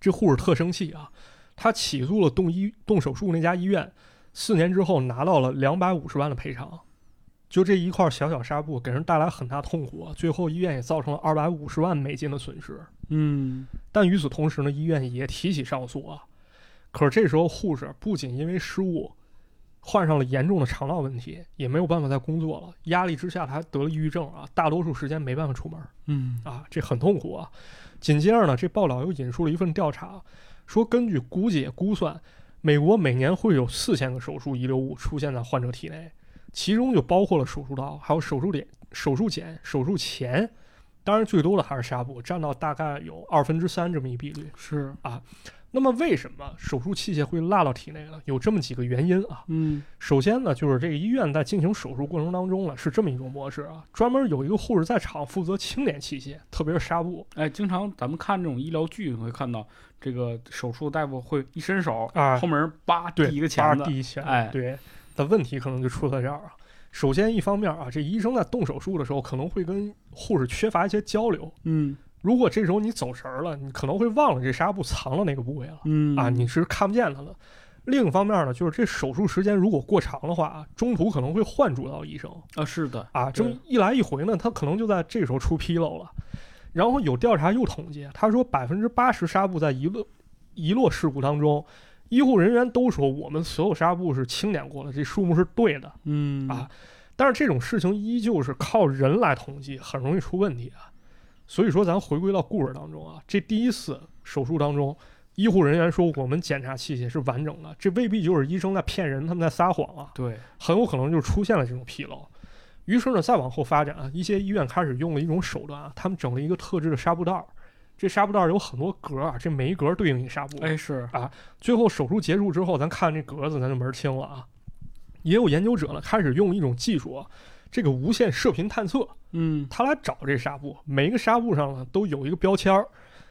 B: 这护士特生气啊，她起诉了动医动手术那家医院，四年之后拿到了两百五十万的赔偿。就这一块小小纱布给人带来很大痛苦啊，最后医院也造成了二百五十万美金的损失。
A: 嗯
B: 但与此同时呢，医院也提起上诉啊。可是这时候，护士不仅因为失误患上了严重的肠道问题，也没有办法再工作了。压力之下，他还得了抑郁症啊，大多数时间没办法出门
A: 嗯
B: 啊，这很痛苦啊。紧接着呢，这报道又引述了一份调查，啊说根据估计估算，美国每年会有四千个手术遗留物出现在患者体内，其中就包括了手术刀，还有手术点、手术剪、手术钳。当然，最多的还是纱布，占到大概有二分之三这么一比率。
A: 是
B: 那么为什么手术器械会落到体内呢？有这么几个原因啊。
A: 嗯
B: 首先呢，就是这个医院在进行手术过程当中呢，是这么一种模式啊，专门有一个护士在场负责清点器械，特别是纱布
A: 哎，经常咱们看这种医疗剧你会看到这个手术大夫会一伸手。
B: 啊，
A: 后门叭
B: 对，
A: 递一个
B: 八
A: 钳子，
B: 第一钳，
A: 哎
B: 对。但问题可能就出在这儿啊。首先，一方面啊，这医生在动手术的时候可能会跟护士缺乏一些交流，
A: 嗯
B: 如果这时候你走神儿了，你可能会忘了这纱布藏到哪个部位了。
A: 嗯
B: 啊，你是看不见它的。另一方面呢，就是这手术时间如果过长的话啊，中途可能会换主刀医生
A: 啊是的，
B: 啊，这么
A: 对
B: 一来一回呢，他可能就在这时候出纰漏了。然后有调查又统计，他说百分之八十纱布在遗落遗落事故当中，医护人员都说我们所有纱布是清点过了，这数目是对的。
A: 嗯
B: 啊但是这种事情依旧是靠人来统计，很容易出问题啊。所以说，咱回归到故事当中啊，这第一次手术当中，医护人员说我们检查器械是完整的，这未必就是医生在骗人，他们在撒谎啊，
A: 对，
B: 很有可能就出现了这种纰漏。于是呢，再往后发展啊，一些医院开始用了一种手段啊，他们整了一个特制的纱布袋儿，这纱布袋儿有很多格儿啊，这每一格儿对应一纱布。
A: 哎是
B: 最后手术结束之后，咱看这格子，咱就门儿清了啊。也有研究者呢，开始用一种技术，啊，这个无线射频探测，
A: 嗯
B: 他来找这纱布，每一个纱布上呢都有一个标签儿，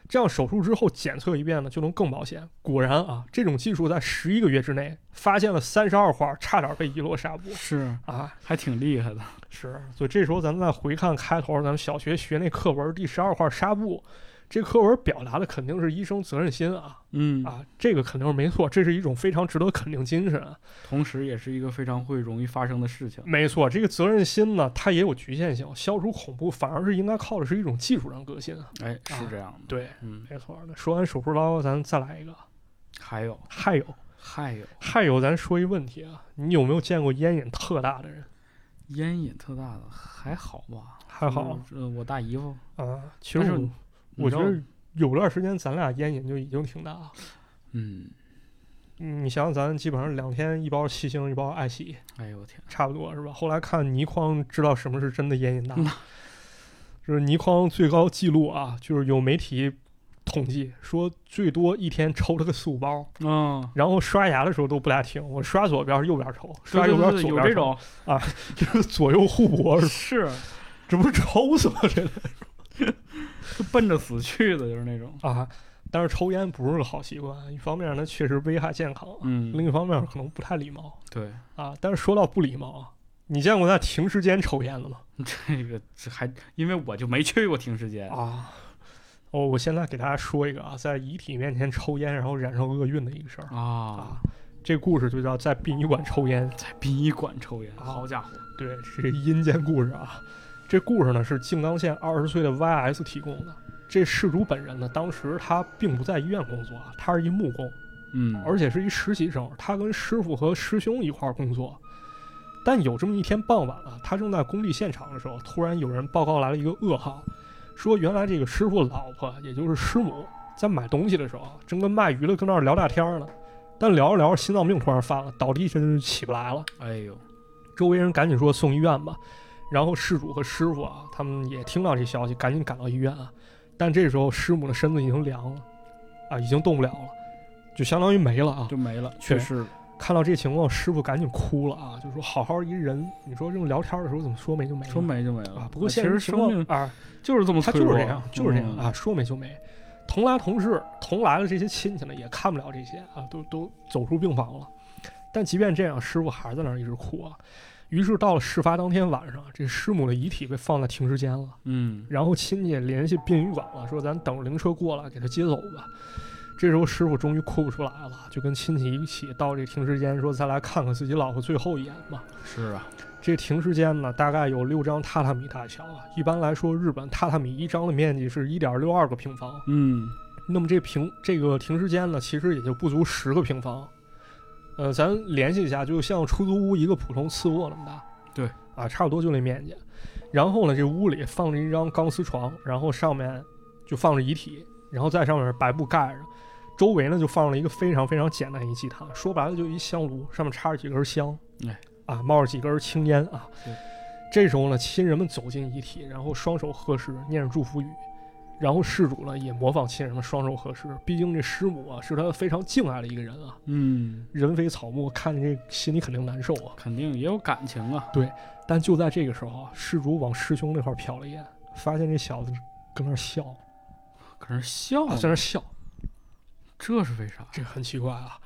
B: 这样手术之后检测一遍呢就能更保险。果然啊，这种技术在十一个月之内发现了三十二块，差点被遗落纱布
A: 是
B: 啊！
A: 还挺厉害的，
B: 是，所以这时候咱们再回看开头，咱们小学学那课文第十二块纱布，这课文表达的肯定是医生责任心啊。
A: 嗯，
B: 啊，这个肯定是没错，这是一种非常值得肯定精神。啊
A: 同时也是一个非常会容易发生的事情，
B: 没错，这个责任心呢，它也有局限性，消除恐怖反而是应该靠的是一种技术上革新。
A: 哎是这样的，
B: 对，
A: 嗯，
B: 没错。那说完手术刀，咱再来一个，
A: 还有
B: 还有
A: 还有
B: 还有，咱说一问题啊，你有没有见过烟瘾特大的人？
A: 烟瘾特大的还好吧，
B: 还好
A: 就是，呃我大姨夫，
B: 啊，其
A: 但
B: 实
A: 是
B: 我
A: 你
B: 我
A: 知
B: 觉
A: 道
B: 得有段时间咱俩烟瘾就已经挺大了。
A: 嗯，
B: 嗯你想想，咱基本上两天一包七星，一包爱喜，
A: 哎呦我天，
B: 差不多是吧？后来看倪匡知道什么是真的烟瘾
A: 嗯
B: 大， 就是倪匡最高记录啊，就是有媒体统计说最多一天抽了个四五包，
A: 嗯，
B: 然后刷牙的时候都不大停，我刷左边右边抽，刷
A: 对
B: 右
A: 对
B: 边
A: 对，
B: 左
A: 有
B: 边
A: 这
B: 抽，
A: 种
B: 就是左右互搏，是吧
A: 是
B: 这不是抽死吗？这
A: 就奔着死去的，就是那种，
B: 啊！但是抽烟不是个好习惯，一方面呢确实危害健康，
A: 嗯，
B: 另一方面可能不太礼貌
A: 对，
B: 啊。但是说到不礼貌啊，你见过在停尸间抽烟的吗？
A: 这个这还因为我就没去过停尸间，
B: 啊，哦，我现在给大家说一个啊，在遗体面前抽烟，然后染上厄运的一个事儿
A: 啊
B: 啊，。这故事就叫在殡仪馆抽烟，
A: 在殡仪馆抽烟，
B: 啊
A: 好家伙，
B: 对，这是阴间故事啊。这故事呢是静冈县二十岁的 YS 提供的。这事主本人呢，当时他并不在医院工作啊，他是一木工，
A: 嗯，
B: 而且是一实习生。他跟师傅和师兄一块儿工作。但有这么一天傍晚啊，他正在工地现场的时候，突然有人报告来了一个噩耗，说原来这个师傅老婆，也就是师母，在买东西的时候啊，正跟卖鱼的跟那儿聊大天儿呢。但聊着聊着，心脏病突然犯了，倒地就起不来了。
A: 哎呦，
B: 周围人赶紧说送医院吧。然后事主和师傅啊，他们也听到这消息，赶紧赶到医院啊。但这时候师母的身子已经凉了，啊，已经动不了了，就相当于没了啊。
A: 就没了，确实，
B: 看到这情况，师傅赶紧哭了啊，就说好好一人，你说这种聊天的时候怎么说没就没呢？
A: 说没就没了哎
B: 啊，不过
A: 其
B: 现实
A: 实
B: 情
A: 生
B: 况
A: 命
B: 啊，
A: 就是这么
B: 他
A: 脆
B: 就
A: 弱，
B: 是这样，就是这样
A: 嗯
B: 啊，，说没就没。同来同事、同来的这些亲戚呢，也看不了这些啊，都都走出病房了。但即便这样，师傅还是在那儿一直哭啊。于是到了事发当天晚上，这师母的遗体被放在停尸间了，
A: 嗯，
B: 然后亲戚也联系殡仪馆了，说咱等着灵车过来给他接走吧。这时候师傅终于哭不出来了，就跟亲戚一起到这停尸间，说再来看看自己老婆最后一眼吧。
A: 是啊，
B: 这停尸间呢，大概有六张榻榻米大小啊。一般来说，日本榻榻米一张的面积是一点六二个平方，
A: 嗯，
B: 那么这平这个停尸间呢，其实也就不足十个平方。呃，咱联系一下，就像出租屋一个普通次卧那么大。
A: 对，
B: 啊，差不多就那面积。然后呢，这屋里放着一张钢丝床，然后上面就放着遗体，然后在上面白布盖着。周围呢就放了一个非常非常简单一祭坛，说白了就一香炉，上面插着几根香，
A: 哎，
B: 啊，冒着几根青烟啊
A: 对。
B: 这时候呢，亲人们走进遗体，然后双手合十，念着祝福语。然后事主呢也模仿亲人们双手合十，毕竟这师母啊是他非常敬爱的一个人啊，
A: 嗯，
B: 人非草木，看见这心里肯定难受啊。
A: 肯定也有感情啊，
B: 但就在这个时候啊，事主往师兄那块儿瞟了一眼，发现这小子跟那儿笑，
A: 搁那儿笑
B: 啊
A: 呢，
B: 在那儿笑，
A: 这是为啥？
B: 这很奇怪啊。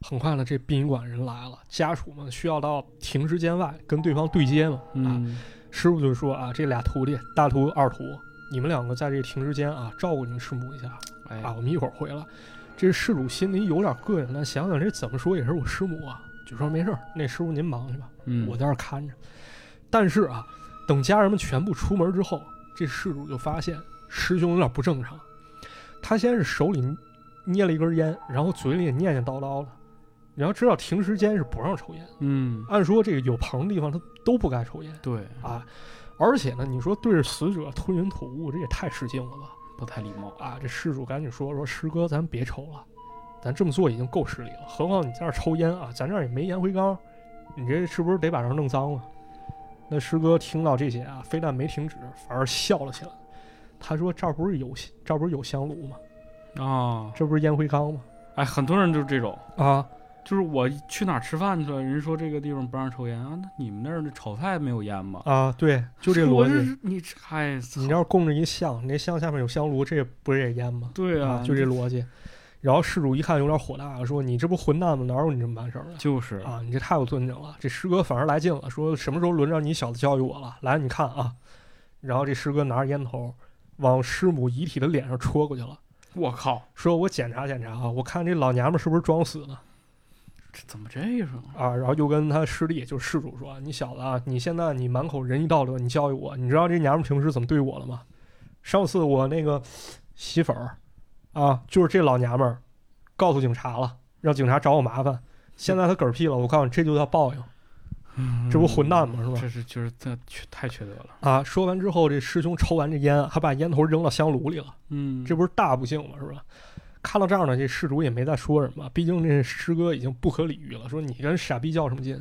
B: 很快呢，这殡仪馆人来了，家属们需要到停尸间外跟对方对接嘛。啊，
A: 嗯，
B: 师傅就说啊，这俩徒弟，大徒二徒，你们两个在这停尸间啊，照顾你们师母一下。
A: 哎，
B: 啊，我们一会儿回来。这事主心里有点膈应，但想想这怎么说也是我师母啊，就说没事儿，那师傅您忙去吧，
A: 嗯，
B: 我在这儿看着。但是啊，等家人们全部出门之后，这事主就发现师兄有点不正常。他先是手里捏了一根烟，然后嘴里也念念叨叨的。你要知道，停尸间是不让抽烟，
A: 嗯，
B: 按说这个有棚的地方他都不该抽烟
A: 对，
B: 啊。而且呢，你说对着死者吞云吐雾，这也太失敬了吧？
A: 不太礼貌，
B: 啊，这事主赶紧说说，师哥，咱别抽了，咱这么做已经够失礼了，何况你在这儿抽烟啊，咱这儿也没烟灰缸，你这是不是得把人弄脏了？那师哥听到这些啊，非但没停止，反而笑了起来。他说：“这儿不是有这儿不是有香炉吗？
A: 啊，
B: 这不是烟灰缸吗？
A: 哎，很多人就是这种。
B: 啊，
A: 就是我去哪儿吃饭去了，人说这个地方不让抽烟啊，那你们那儿的炒菜没有烟吗？
B: 啊，对，就这
A: 我
B: 逻
A: 这
B: 辑。
A: 是你这哎，操
B: 你要是供着一像，你那像下面有香炉，这不是也烟吗？
A: 对啊，
B: 就这逻辑。然后事主一看有点火大了，说：‘你这不混蛋吗？哪有你这么办事儿的？’
A: 就是
B: 啊，你这太不尊敬了。这师哥反而来劲了，说什么时候轮着你小子教育我了？来，你看啊。然后这师哥拿着烟头往师母遗体的脸上戳过去了，
A: 我靠，
B: 说我检查检查啊，我看这老娘们是不是装死呢？
A: 这怎么这样啊？
B: 啊，然后就跟他师弟，也就是事主说，你小子啊，你现在你满口仁义道德，你教育我，你知道这娘们平时怎么对我了吗？上次我那个媳妇儿啊，就是这老娘们儿告诉警察了，让警察找我麻烦。现在她嗝屁了，我告诉你，这就叫报应。这不混蛋吗是吧
A: 嗯这是就是这缺太缺德了。
B: 啊！说完之后，这师兄抽完这烟，还把烟头扔到香炉里了，
A: 嗯，
B: 这不是大不幸吗？是吧？看到这儿呢，这事主也没再说什么，毕竟这师哥已经不可理喻了，说你跟傻逼较什么劲？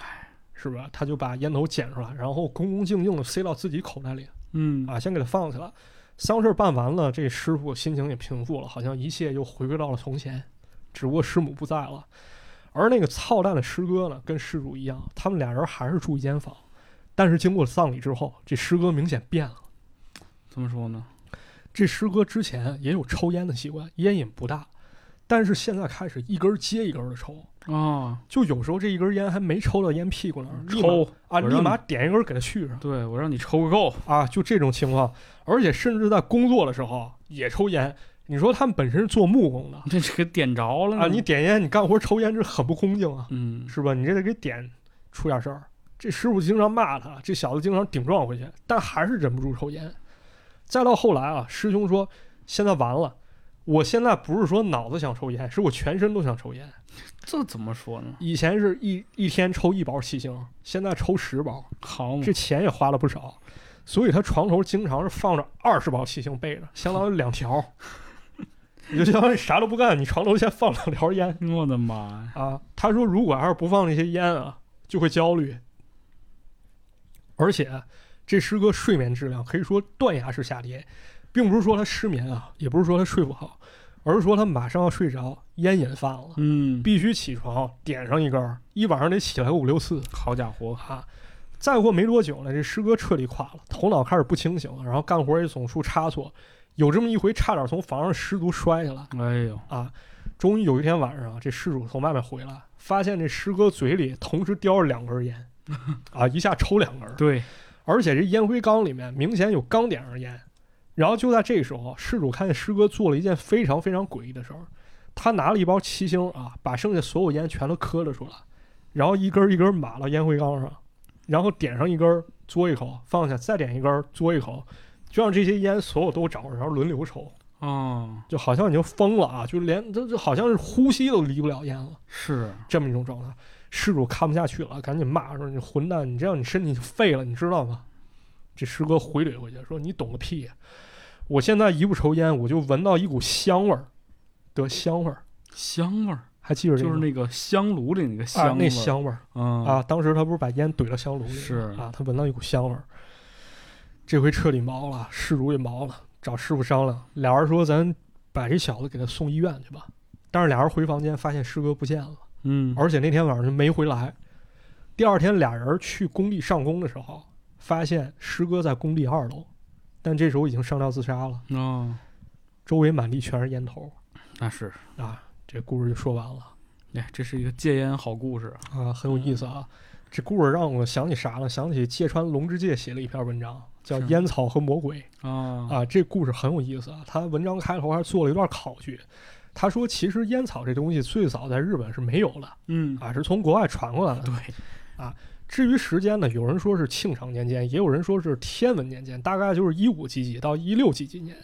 A: 哎，
B: 是吧？他就把烟头捡出来，然后恭恭敬敬的塞到自己口袋里
A: 嗯
B: 啊，先给他放起来。丧事儿办完了，这师傅心情也平复了，好像一切又回归到了从前，只不过师母不在了。而那个操蛋的师哥呢，跟施主一样，他们俩人还是住一间房，但是经过丧礼之后，这师哥明显变了。
A: 怎么说呢？
B: 这师哥之前也有抽烟的习惯，烟瘾不大，但是现在开始一根儿接一根的抽，
A: 啊，
B: 就有时候这一根烟还没抽到烟屁股那儿，立马
A: 嗯抽
B: 啊，
A: 我
B: 立
A: 让
B: 马点一根给它续上
A: 对我让你抽个够，
B: 啊，就这种情况，而且甚至在工作的时候也抽烟。你说他们本身是做木工的
A: 这这给点着了呢
B: 啊，你点烟，你干活抽烟，这很不恭敬啊，
A: 嗯
B: 是吧？你这得给点出点事儿。这师傅经常骂他，这小子经常顶撞回去，但还是忍不住抽烟。再到后来啊，师兄说现在完了，我现在不是说脑子想抽烟，是我全身都想抽烟。
A: 这怎么说呢？
B: 以前是一一天抽一包七星，现在抽十包，
A: 好嘛
B: 这，钱也花了不少，所以他床头经常是放着二十包七星备着，相当于两条。你就相当于啥都不干，你床头先放两条烟
A: 我的妈呀，
B: 啊。他说，如果要是不放那些烟啊，就会焦虑。而且，这师哥睡眠质量可以说断崖式下跌，并不是说他失眠啊，也不是说他睡不好，而是说他马上要睡着，烟瘾犯了。
A: 嗯，
B: 必须起床点上一根儿，一晚上得起来个五六次
A: 好家伙，
B: 啊！再过没多久呢，这师哥彻底垮了，头脑开始不清醒了，然后干活也总出差错，有这么一回差点从房上失足摔下来
A: 哎呦，
B: 啊！终于有一天晚上啊，这失主从外面回来，发现这师哥嘴里同时叼着两根烟， 啊，一下抽两根儿，
A: 对，
B: 而且这烟灰缸里面明显有钢点上烟。然后就在这时候，事主看见师哥做了一件非常非常诡异的事儿，他拿了一包七星啊，把剩下所有烟全都磕了出来，然后一根儿一根儿码到烟灰缸上，然后点上一根儿嘬一口放下，再点一根儿嘬一口，就让这些烟所有都找着，然后轮流抽，
A: 啊，
B: 就好像已经疯了啊，就连这这好像是呼吸都离不了烟了，
A: 是，
B: 这么一种状态。事主看不下去了，赶紧骂说：“你混蛋，你这样你身体就废了，你知道吗？”这师哥回怼回去说：“你懂个屁！我现在一不抽烟，我就闻到一股香味儿，得香味儿，
A: 香味儿，
B: 还记着这
A: 就
B: 个
A: 是
B: 吗？
A: 那个香炉里那个
B: 啊，
A: 香味
B: 那
A: 儿，
B: 香味儿
A: 嗯
B: 啊！当时他不是把烟怼到香炉里吗
A: 是
B: 啊，他闻到一股香味儿，这回彻底毛了，事主也毛了，找师傅商量，俩人说咱把这小子给他送医院去吧。但是俩人回房间发现师哥不见了。”
A: 嗯，
B: 而且那天晚上就没回来。第二天，俩人去工地上工的时候，发现师哥在工地二楼，但这时候已经上吊自杀了，
A: 啊，
B: 周围满地全是烟头
A: 那是，
B: 啊！这故事就说完了
A: 哎，这是一个戒烟好故事啊，
B: 啊，很有意思啊。这故事让我想起啥了？想起芥川龙之介写了一篇文章，叫
A: 是
B: 《烟草和魔鬼》
A: 啊，
B: 啊。这故事很有意思啊。他文章开头还做了一段考据，他说其实烟草这东西最早在日本是没有的
A: 嗯，
B: 啊，是从国外传过来的。啊
A: 对，
B: 至于时间呢，有人说是庆长年间，也有人说是天文年间，大概就是一五几几到一六几几年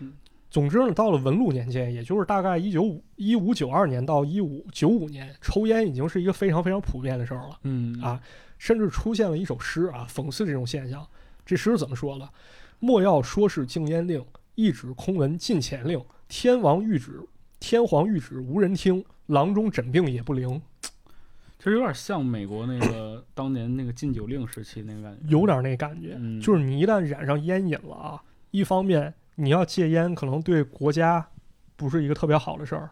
A: 嗯。
B: 总之呢，到了文禄年间，也就是大概一九五一五九二年到一五九五年，抽烟已经是一个非常非常普遍的事儿了，
A: 嗯
B: 啊甚至出现了一首诗啊，讽刺这种现象。这诗怎么说的？莫要说是禁烟令，一纸空文禁钱令。天王谕旨，天皇谕旨无人听，郎中诊病也不灵。
A: 其实有点像美国那个当年那个禁酒令时期那个感觉，
B: 有点那感觉。
A: 嗯
B: 就是你一旦染上烟瘾了啊，一方面你要戒烟，可能对国家不是一个特别好的事儿；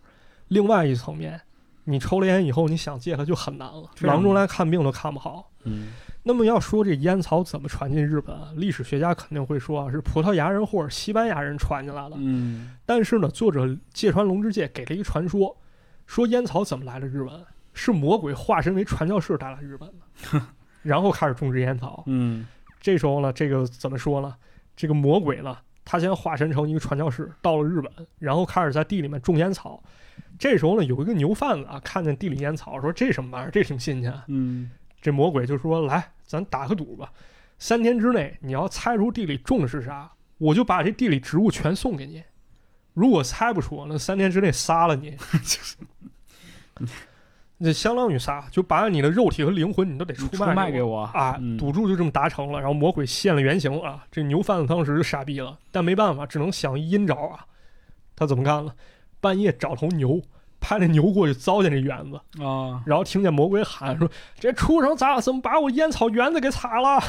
B: 另外一层面，你抽了烟以后，你想戒它就很难了，
A: 是啊
B: 郎中来看病都看不好。
A: 嗯，
B: 那么要说这烟草怎么传进日本啊，历史学家肯定会说啊，是葡萄牙人或者西班牙人传进来的。
A: 嗯
B: 但是呢，作者芥川龙之介给了一个传说，说烟草怎么来的日本，是魔鬼化身为传教士带来日本的， 然后开始种植烟草。
A: 嗯，
B: 这时候呢，这个怎么说呢？这个魔鬼呢，他先化身成一个传教士，到了日本，然后开始在地里面种烟草。这时候呢，有一个牛贩子啊，看见地里烟草，说这什么玩意儿？这挺新鲜。
A: 嗯，
B: 这魔鬼就说：“来，咱打个赌吧，三天之内你要猜出地里种的是啥，我就把这地里植物全送给你。如果猜不出，那三天之内杀了你。”那相当于啥？就把你的肉体和灵魂你都得
A: 你
B: 出
A: 出
B: 卖
A: 卖
B: 给我
A: 给我
B: 啊，
A: 嗯
B: 赌注就这么达成了，然后魔鬼现了原形啊，这牛贩子当时就傻逼了，但没办法，只能想一阴招啊。他怎么干了？半夜找头牛，派那牛过去糟践这园子，
A: 啊，
B: 然后听见魔鬼喊说：“这畜生咋怎么把我烟草园子给踩了？”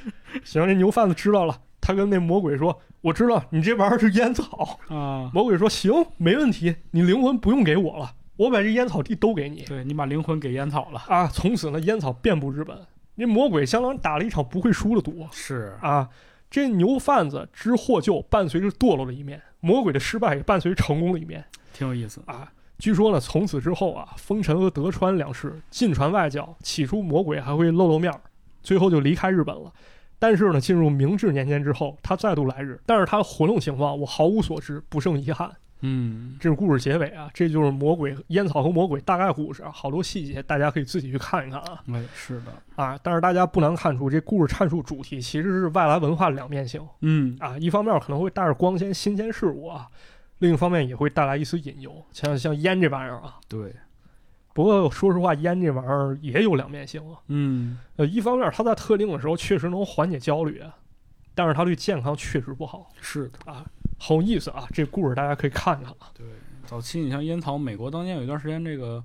B: 行，这牛贩子知道了，他跟那魔鬼说：“我知道你这玩意儿是烟草。”
A: 啊，
B: 魔鬼说：“行，没问题，你灵魂不用给我了，我把这烟草地都给你。”
A: 对你把灵魂给烟草了，
B: 啊，从此呢，烟草遍布日本。那魔鬼相当于打了一场不会输的赌
A: 是，
B: 啊！这牛贩子之获救伴随着堕落的一面，魔鬼的失败也伴随着成功的一面
A: 挺有意思，
B: 啊！据说呢，从此之后啊，丰臣和德川两世进传外教，起初魔鬼还会露露面儿，最后就离开日本了。但是呢，进入明治年间之后，他再度来日，但是他的活动情况我毫无所知，不胜遗憾。
A: 嗯，
B: 这是故事结尾啊，这就是魔鬼烟草和魔鬼大概故事啊，好多细节大家可以自己去看一看啊
A: 哎，是的，
B: 啊！但是大家不难看出，这故事阐述主题其实是外来文化的两面性
A: 嗯，
B: 啊，一方面可能会带着光鲜新鲜事物啊，另一方面也会带来一丝隐忧，像像烟这玩意儿啊。
A: 对，
B: 不过说实话，烟这玩意儿也有两面性啊。
A: 嗯，
B: 呃，一方面它在特定的时候确实能缓解焦虑，啊但是它对健康确实不好。
A: 是的，
B: 很有意思啊，这故事大家可以看看啊
A: 对。早期你像烟草，美国当年有一段时间，这个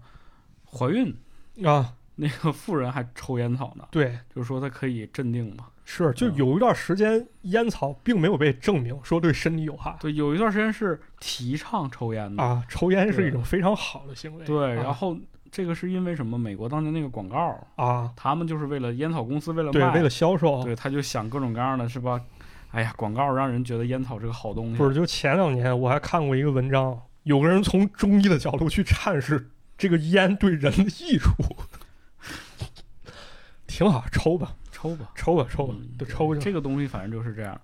A: 怀孕
B: 啊，
A: 那个妇人还抽烟草呢，
B: 对，
A: 就是说它可以镇定嘛。
B: 是就
A: 嗯
B: 有一段时间烟草并没有被证明说对身体有害
A: 对，有一段时间是提倡抽烟的，
B: 啊，抽烟是
A: 嗯对
B: 一种非常好的行为，
A: 对，
B: 啊
A: 然后这个是因为什么？美国当年那个广告，
B: 啊，
A: 他们就是为了烟草公司为了
B: 对，
A: 卖，
B: 为了哦销售，啊
A: 对，他就想各种各样的是吧？哎呀，广告让人觉得烟草是个好东西，
B: 不是就前两年我还看过一个文章，有个人从中医的角度去阐释这个烟对人的益处，挺好，抽吧，
A: 抽吧，
B: 抽吧，抽吧
A: 嗯，
B: 就抽
A: 对
B: 去
A: 这个东西反正就是这样。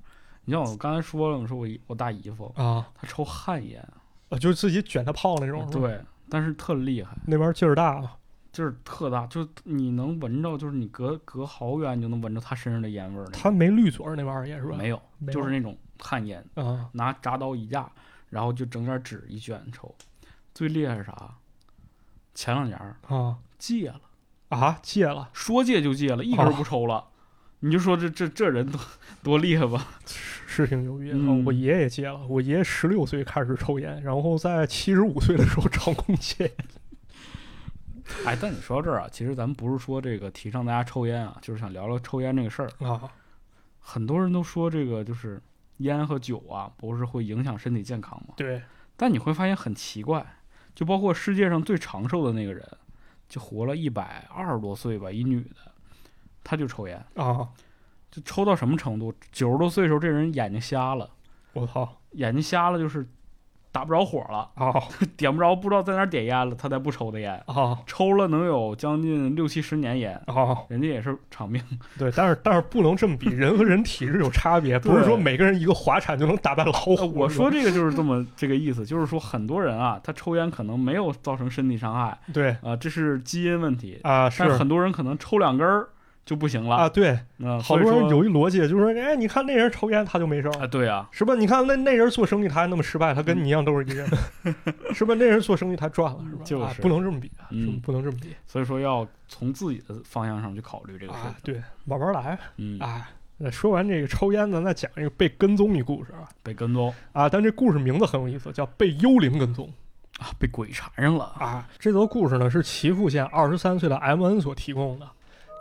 A: 你像我刚才说了，我说我一我大姨夫，
B: 啊，
A: 他抽旱烟，
B: 呃就是自己卷他泡那种，，
A: 嗯对，但是特厉害，
B: 那边劲儿大啊，
A: 就是特大，就是你能闻着，就是你隔隔好远你就能闻着他身上的烟味儿那
B: 他没绿嘴儿那玩意儿也是
A: 种。
B: 吧？
A: 没有，
B: 没有
A: 就是那种旱烟，
B: 啊，
A: 拿铡刀一架，然后就整点纸一卷抽。最厉害是啥？前两年儿
B: 啊
A: 戒了，
B: 啊，戒了，
A: 说戒就戒了，一根儿
B: 哦
A: 不抽了。你就说这这这人多多厉害吧？
B: 是是挺牛逼的。啊
A: 嗯
B: 我爷也戒了，我爷十六岁开始抽烟，然后在七十五岁的时候成功戒烟。
A: 哎，但你说到这儿啊，其实咱们不是说这个提倡大家抽烟啊，就是想聊聊抽烟这个事儿。
B: 啊
A: 很多人都说这个就是烟和酒啊，不是会影响身体健康吗？
B: 对，
A: 但你会发现很奇怪，就包括世界上最长寿的那个人，就活了一百二十多岁吧，一女的，她就抽烟，
B: 啊，
A: 就抽到什么程度？九十多岁的时候，这人眼睛瞎了，
B: 我操
A: 眼睛瞎了就是打不着火了，
B: 啊
A: 点不着，不知道在哪儿点烟了，他才不抽的烟，
B: 啊
A: 抽了能有将近六七十年烟，
B: 啊！
A: 人家也是长命。
B: 对，但是但是不能这么比，人和人体质有差别，不是
A: 对
B: 说每个人一个滑铲就能打败老 虎。
A: 呃我说
B: 这
A: 这个就是这么这个意思，就是说很多人啊，他抽烟可能没有造成身体伤害啊、
B: 对
A: 呃这是基因问题，
B: 啊
A: 但很多人可能抽两根儿就不行了。
B: 啊对，
A: 嗯，
B: 好
A: 所以
B: 多人
A: 说
B: 有一逻辑就是说，哎，你看那人抽烟他就没事儿，
A: 啊，对啊，
B: 是吧？你看那那人做生意他还那么失败，他跟你一样都是一人， 是吧？那人做生意他赚了，是吧？
A: 嗯就是
B: 啊、不能这么比，
A: 嗯
B: 是吧不能这么比、
A: 所以说要从自己的方向上去考虑这个事
B: 啊
A: 情。！
B: 对，慢慢来
A: 嗯，
B: 啊。那说完这个抽烟，咱再讲一个被跟踪的故事啊
A: 被跟踪
B: 啊！但这故事名字很有意思，叫《被幽灵跟踪》
A: 啊，被鬼缠上了。
B: 啊。这则故事呢是岐阜县二十三岁的 M N 所提供的。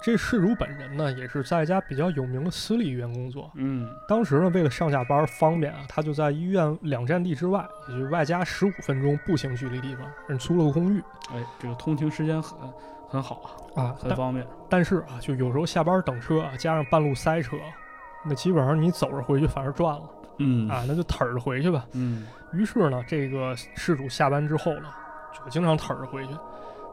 B: 这事主本人呢也是在一家比较有名的私立医院工作，
A: 嗯
B: 当时呢，为了上下班方便啊，他就在医院两站地之外，也就是外加十五分钟步行距离地方，人租了个公寓
A: 哎，这个通勤时间很很好啊，
B: 啊。
A: 很
B: 但
A: 方便。
B: 但是啊，就有时候下班等车啊，加上半路塞车，那基本上你走着回去反而赚了
A: 嗯
B: 啊，那就腿儿着回去吧。
A: 嗯
B: 于是呢，这个事主下班之后呢，就经常腿儿着回去。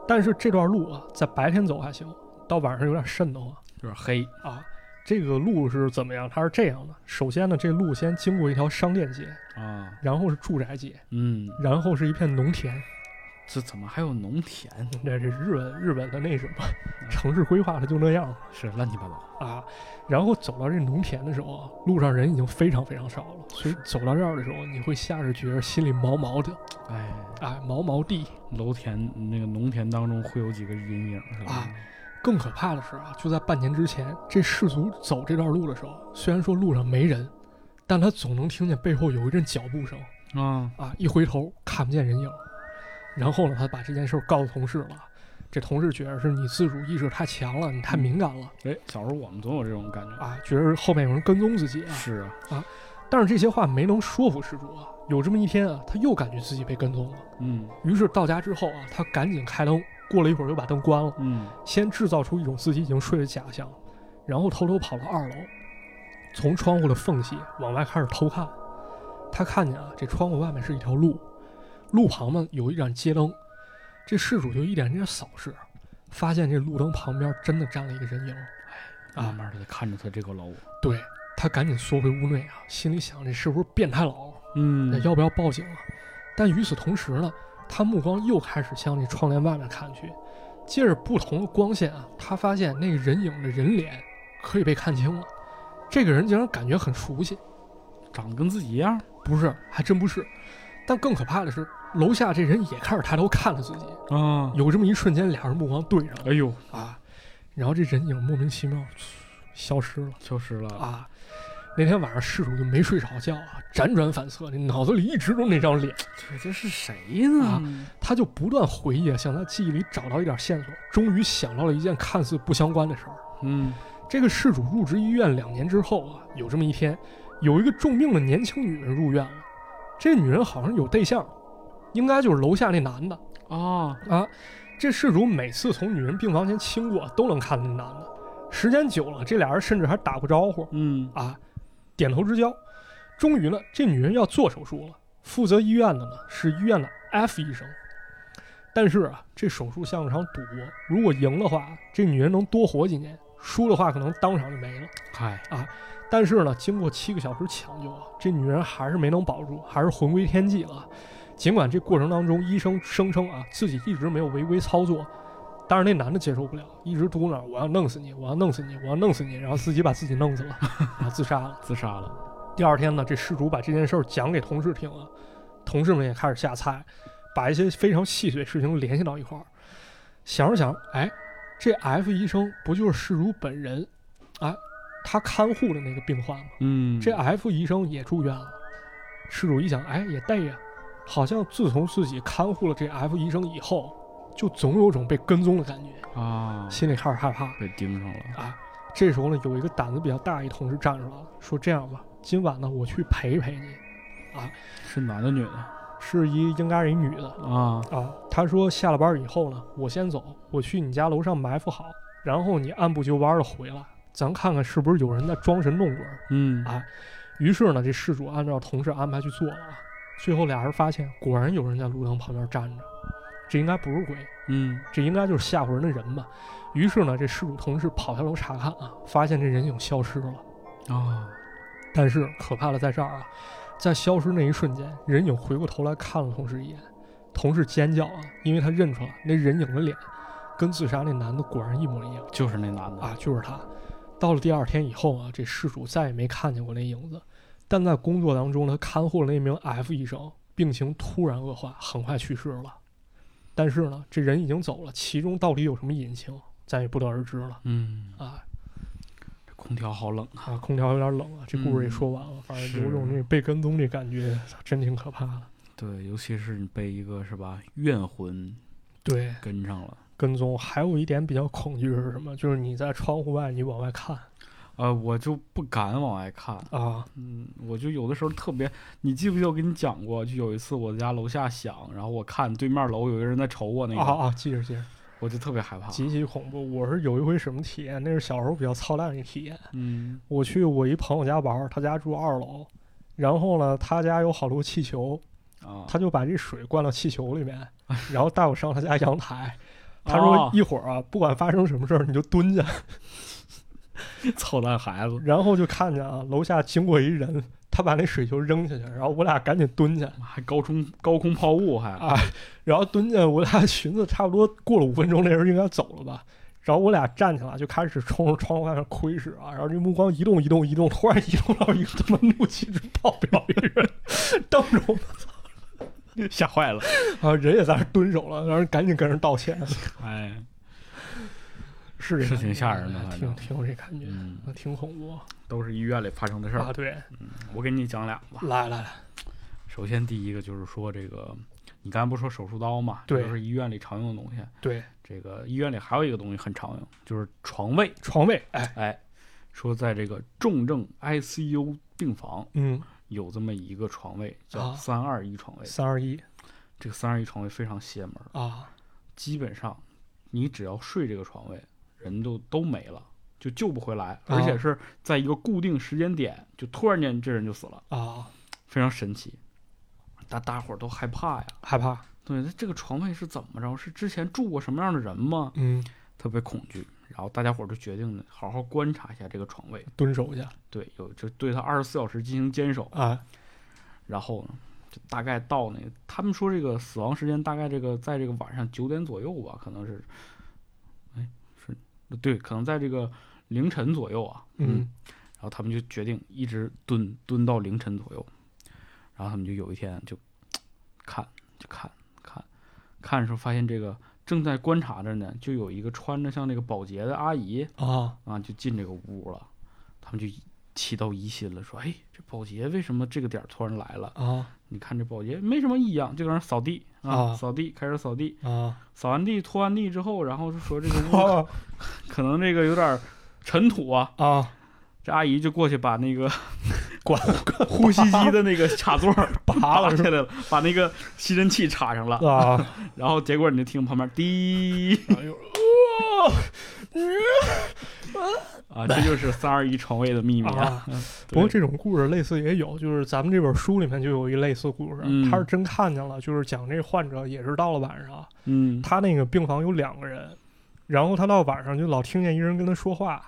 B: 但是这段路啊，在白天走还行，到晚上有点瘆得慌
A: 有点黑。
B: 啊。这个路是怎么样？它是这样的：首先呢，这路先经过一条商店街，
A: 啊，
B: 然后是住宅街。
A: 嗯，
B: 然后是一片农田，嗯
A: 这怎么还有农田？
B: 这是日本日本的那什么城市规划，它就那样
A: 是乱七八糟。
B: 啊。然后走到这农田的时候啊，路上人已经非常非常少了，所以走到这儿的时候，你会下着觉得心里毛毛的，
A: 哎，
B: 啊，毛毛地。
A: 楼田那个农田当中会有几个阴影是吧？
B: 啊更可怕的是啊，就在半年之前，这氏族走这段路的时候，虽然说路上没人，但他总能听见背后有一阵脚步声
A: 啊，
B: 啊，一回头看不见人影。然后呢，他把这件事儿告诉同事了，这同事觉得是你自主意识太强了，你太敏感了。
A: 哎，小时候我们总有这种感觉。
B: 啊，觉得后面有人跟踪自己啊。
A: 是啊，
B: 但是这些话没能说服施主啊。有这么一天啊，他又感觉自己被跟踪了，
A: 嗯
B: 于是到家之后啊，他赶紧开灯，过了一会儿又把灯关了，
A: 嗯，
B: 先制造出一种自己已经睡的假象，然后偷偷跑到二楼，从窗户的缝隙往外开始偷看。他看见啊，这窗户外面是一条路，路旁呢有一盏街灯，这事主就一点点扫视，发现这路灯旁边真的站了一个人影。啊
A: 慢慢的看着他这个老五，
B: 对他赶紧缩回屋内啊，心里想这是不是变态佬？
A: 嗯
B: 那要不要报警啊？但与此同时呢，他目光又开始向那窗帘外面看去，借着不同的光线啊，他发现那个人影的人脸可以被看清了。这个人竟然感觉很熟悉，
A: 长得跟自己一样
B: 不是，还真不是。但更可怕的是，楼下这人也开始抬头看了自己，
A: 啊，
B: 有这么一瞬间，俩人目光对上了
A: 哎呦，
B: 啊，然后这人影莫名其妙消失了。
A: 消失了，
B: 啊，那天晚上事主就没睡着觉啊，辗转反侧，那脑子里一直都那张脸，
A: 这这是谁呢？
B: 他就不断回忆啊，想在记忆里找到一点线索，终于想到了一件看似不相关的事儿。
A: 嗯，
B: 这个事主入职医院两年之后啊，有这么一天，有一个重病的年轻女人入院了，这女人好像有对象，应该就是楼下那男的
A: 哦，
B: 啊。这事主每次从女人病房前经过，都能看到那男的。时间久了，这俩人甚至还打过招呼。
A: 嗯，
B: 啊，点头之交。终于呢，这女人要做手术了，负责医院的呢是医院的 F 医生。但是啊，这手术像场赌博，如果赢的话，这女人能多活几年；输的话，可能当场就没了。
A: 嗨，
B: 但是呢，经过七个小时抢救啊，这女人还是没能保住，还是魂归天际了。尽管这过程当中，医生声称啊自己一直没有违规操作，但是那男的接受不了，一直嘟囔：“我要弄死你，我要弄死你，我要弄死你。”然后自己把自己弄死了，然后自杀了。
A: 自杀了，
B: 第二天呢，这失主把这件事儿讲给同事听啊，同事们也开始下菜，把一些非常细碎的事情联系到一块儿。想着想着，哎，这 F 医生不就是失主本人？哎，他看护的那个病患吗？
A: 嗯，
B: 这 F 医生也住院了。失主一想，哎，也对呀，好像自从自己看护了这 F 医生以后，就总有种被跟踪的感觉，
A: 啊，
B: 心里开始害怕。啊
A: 被盯上了，
B: 这时候呢，有一个胆子比较大一同志站出来了，说：“这样吧，今晚呢，我去陪陪你。”
A: 是男的女的
B: 是一应该是一女的
A: 啊？
B: 啊。她说下了班以后呢，我先走，我去你家楼上埋伏好，然后你按部就班的回来，咱看看是不是有人在装神弄鬼。
A: 嗯
B: 啊于是呢，这事主按照同事安排去做了啊。最后俩人发现，果然有人在路灯旁边站着，这应该不是鬼，
A: 嗯，
B: 这应该就是吓唬人的人吧。于是呢，这事主同事跑下楼查看啊，发现这人影消失了。
A: 啊，
B: 但是可怕的在这儿啊，在消失那一瞬间，人影回过头来看了同事一眼，同事尖叫啊，因为他认出来那人影的脸跟自杀那男的果然一模一样
A: 就是那男的，
B: 啊，就是他。到了第二天以后啊，这事主再也没看见过那影子，但在工作当中呢，他看护了那名 F 医生，病情突然恶化，很快去世了。但是呢，这人已经走了，其中到底有什么隐情，咱也不得而知了
A: 嗯，
B: 啊。
A: 这空调好冷啊，
B: 啊，空调有点冷啊，这故事也
A: 嗯
B: 说完了，反正
A: 是
B: 有种这被跟踪这感觉，操真挺可怕的。
A: 对，尤其是你被一个是吧怨魂
B: 对，
A: 跟上了。
B: 跟踪还有一点比较恐惧是什么？就是你在窗户外，你往外看
A: 呃，我就不敢往外看，
B: 啊，
A: 嗯，我就有的时候特别，你记不记得我跟你讲过，就有一次我家楼下响，然后我看对面楼有一个人在瞅我那个，
B: 啊啊，记着记着，
A: 我就特别害怕，
B: 极其恐怖。我是有一回什么体验？那是小时候比较操蛋的一体验。
A: 嗯
B: 我去我一朋友家玩儿，他家住二楼，然后呢，他家有好多气球，
A: 啊，
B: 他就把这水灌到气球里面，然后带我上他家阳台。他说
A: 哦
B: 一会儿啊，不管发生什么事儿，你就蹲下。
A: 操蛋孩子，
B: 然后就看见啊，楼下经过一人，他把那水球扔下去，然后我俩赶紧蹲下，
A: 还高空高空抛物还，
B: 啊然后蹲下，我俩寻思差不多过了五分钟，那人应该走了吧。然后我俩站起来就开始冲着窗户外面窥视啊，然后这目光移动移动移动，突然移动到一个他妈怒气值爆表的人瞪着我们
A: 吓坏了，
B: 啊，人也在那蹲守了，然后赶紧跟人道歉，
A: 哎，
B: 是这
A: 是
B: 感觉
A: 挺吓人的
B: 哎
A: 反
B: 挺
A: 正
B: 挺有这感觉，
A: 嗯，
B: 啊挺恐怖
A: 都是医嗯院里发生的事儿，
B: 啊。对，
A: 我给你讲俩吧。
B: 来来来，
A: 首先第一个就是说这个，你刚才不是说手术刀嘛，
B: 对
A: 就是医院里常用的东西。
B: 对，
A: 这个医院里还有一个东西很常用，就是床位。
B: 床位，哎，
A: 哎，说在这个重症 ICU 病房
B: 嗯，
A: 有这么一个床位，叫
B: 啊
A: 三二一床位。
B: 三二一
A: 这个三二一床位非常邪门儿，
B: 啊，
A: 基本上你只要睡这个床位，人都都没了，就救不回来，
B: 啊
A: 而且是在一个固定时间点，就突然间这人就死了，
B: 啊，
A: 非常神奇。大大伙儿都害怕呀，
B: 害怕
A: 对，这个床位是怎么着？是之前住过什么样的人吗？
B: 嗯，
A: 特别恐惧，然后大家伙儿就决定呢，好好观察一下这个床位。
B: 蹲守去
A: 对，有就对他二十四小时进行坚守。
B: 啊，
A: 然后呢，就大概到那个，他们说这个死亡时间大概这个在这个晚上九点左右吧，可能是，哎，是对，可能在这个凌晨左右啊。
B: 嗯
A: 然后他们就决定一直蹲蹲到凌晨左右，然后他们就有一天就看就看看看的时候，发现这个正在观察着呢，就有一个穿着像那个保洁的阿姨
B: 啊，
A: 啊，就进这个屋了，他们就一起到疑心了，说：“哎，这保洁为什么这个点儿突然来了？
B: 啊
A: 你看这保洁没什么异样，就搁那儿扫地啊，
B: 啊
A: 扫地，开始扫地，
B: 啊
A: 扫完地拖完地之后，然后就说这个屋
B: 啊
A: 可能这个有点儿尘土啊，
B: 啊！
A: 这阿姨就过去把那个
B: 管
A: 呼吸机的那个插座儿
B: 拔了
A: 拔下来了，把那个吸尘器插上了，
B: 啊！
A: 然后结果你就听旁边滴
B: 哎呦，
A: 啊，这就是三二一床位的秘密
B: 啊
A: 啊！嗯
B: 不过
A: 对
B: 这种故事类似也有，就是咱们这本书里面就有一类似故事，
A: 嗯
B: 他是真看见了，就是讲这患者也是到了晚上，
A: 嗯，
B: 他那个病房有两个人，然后他到晚上就老听见一人跟他说 话，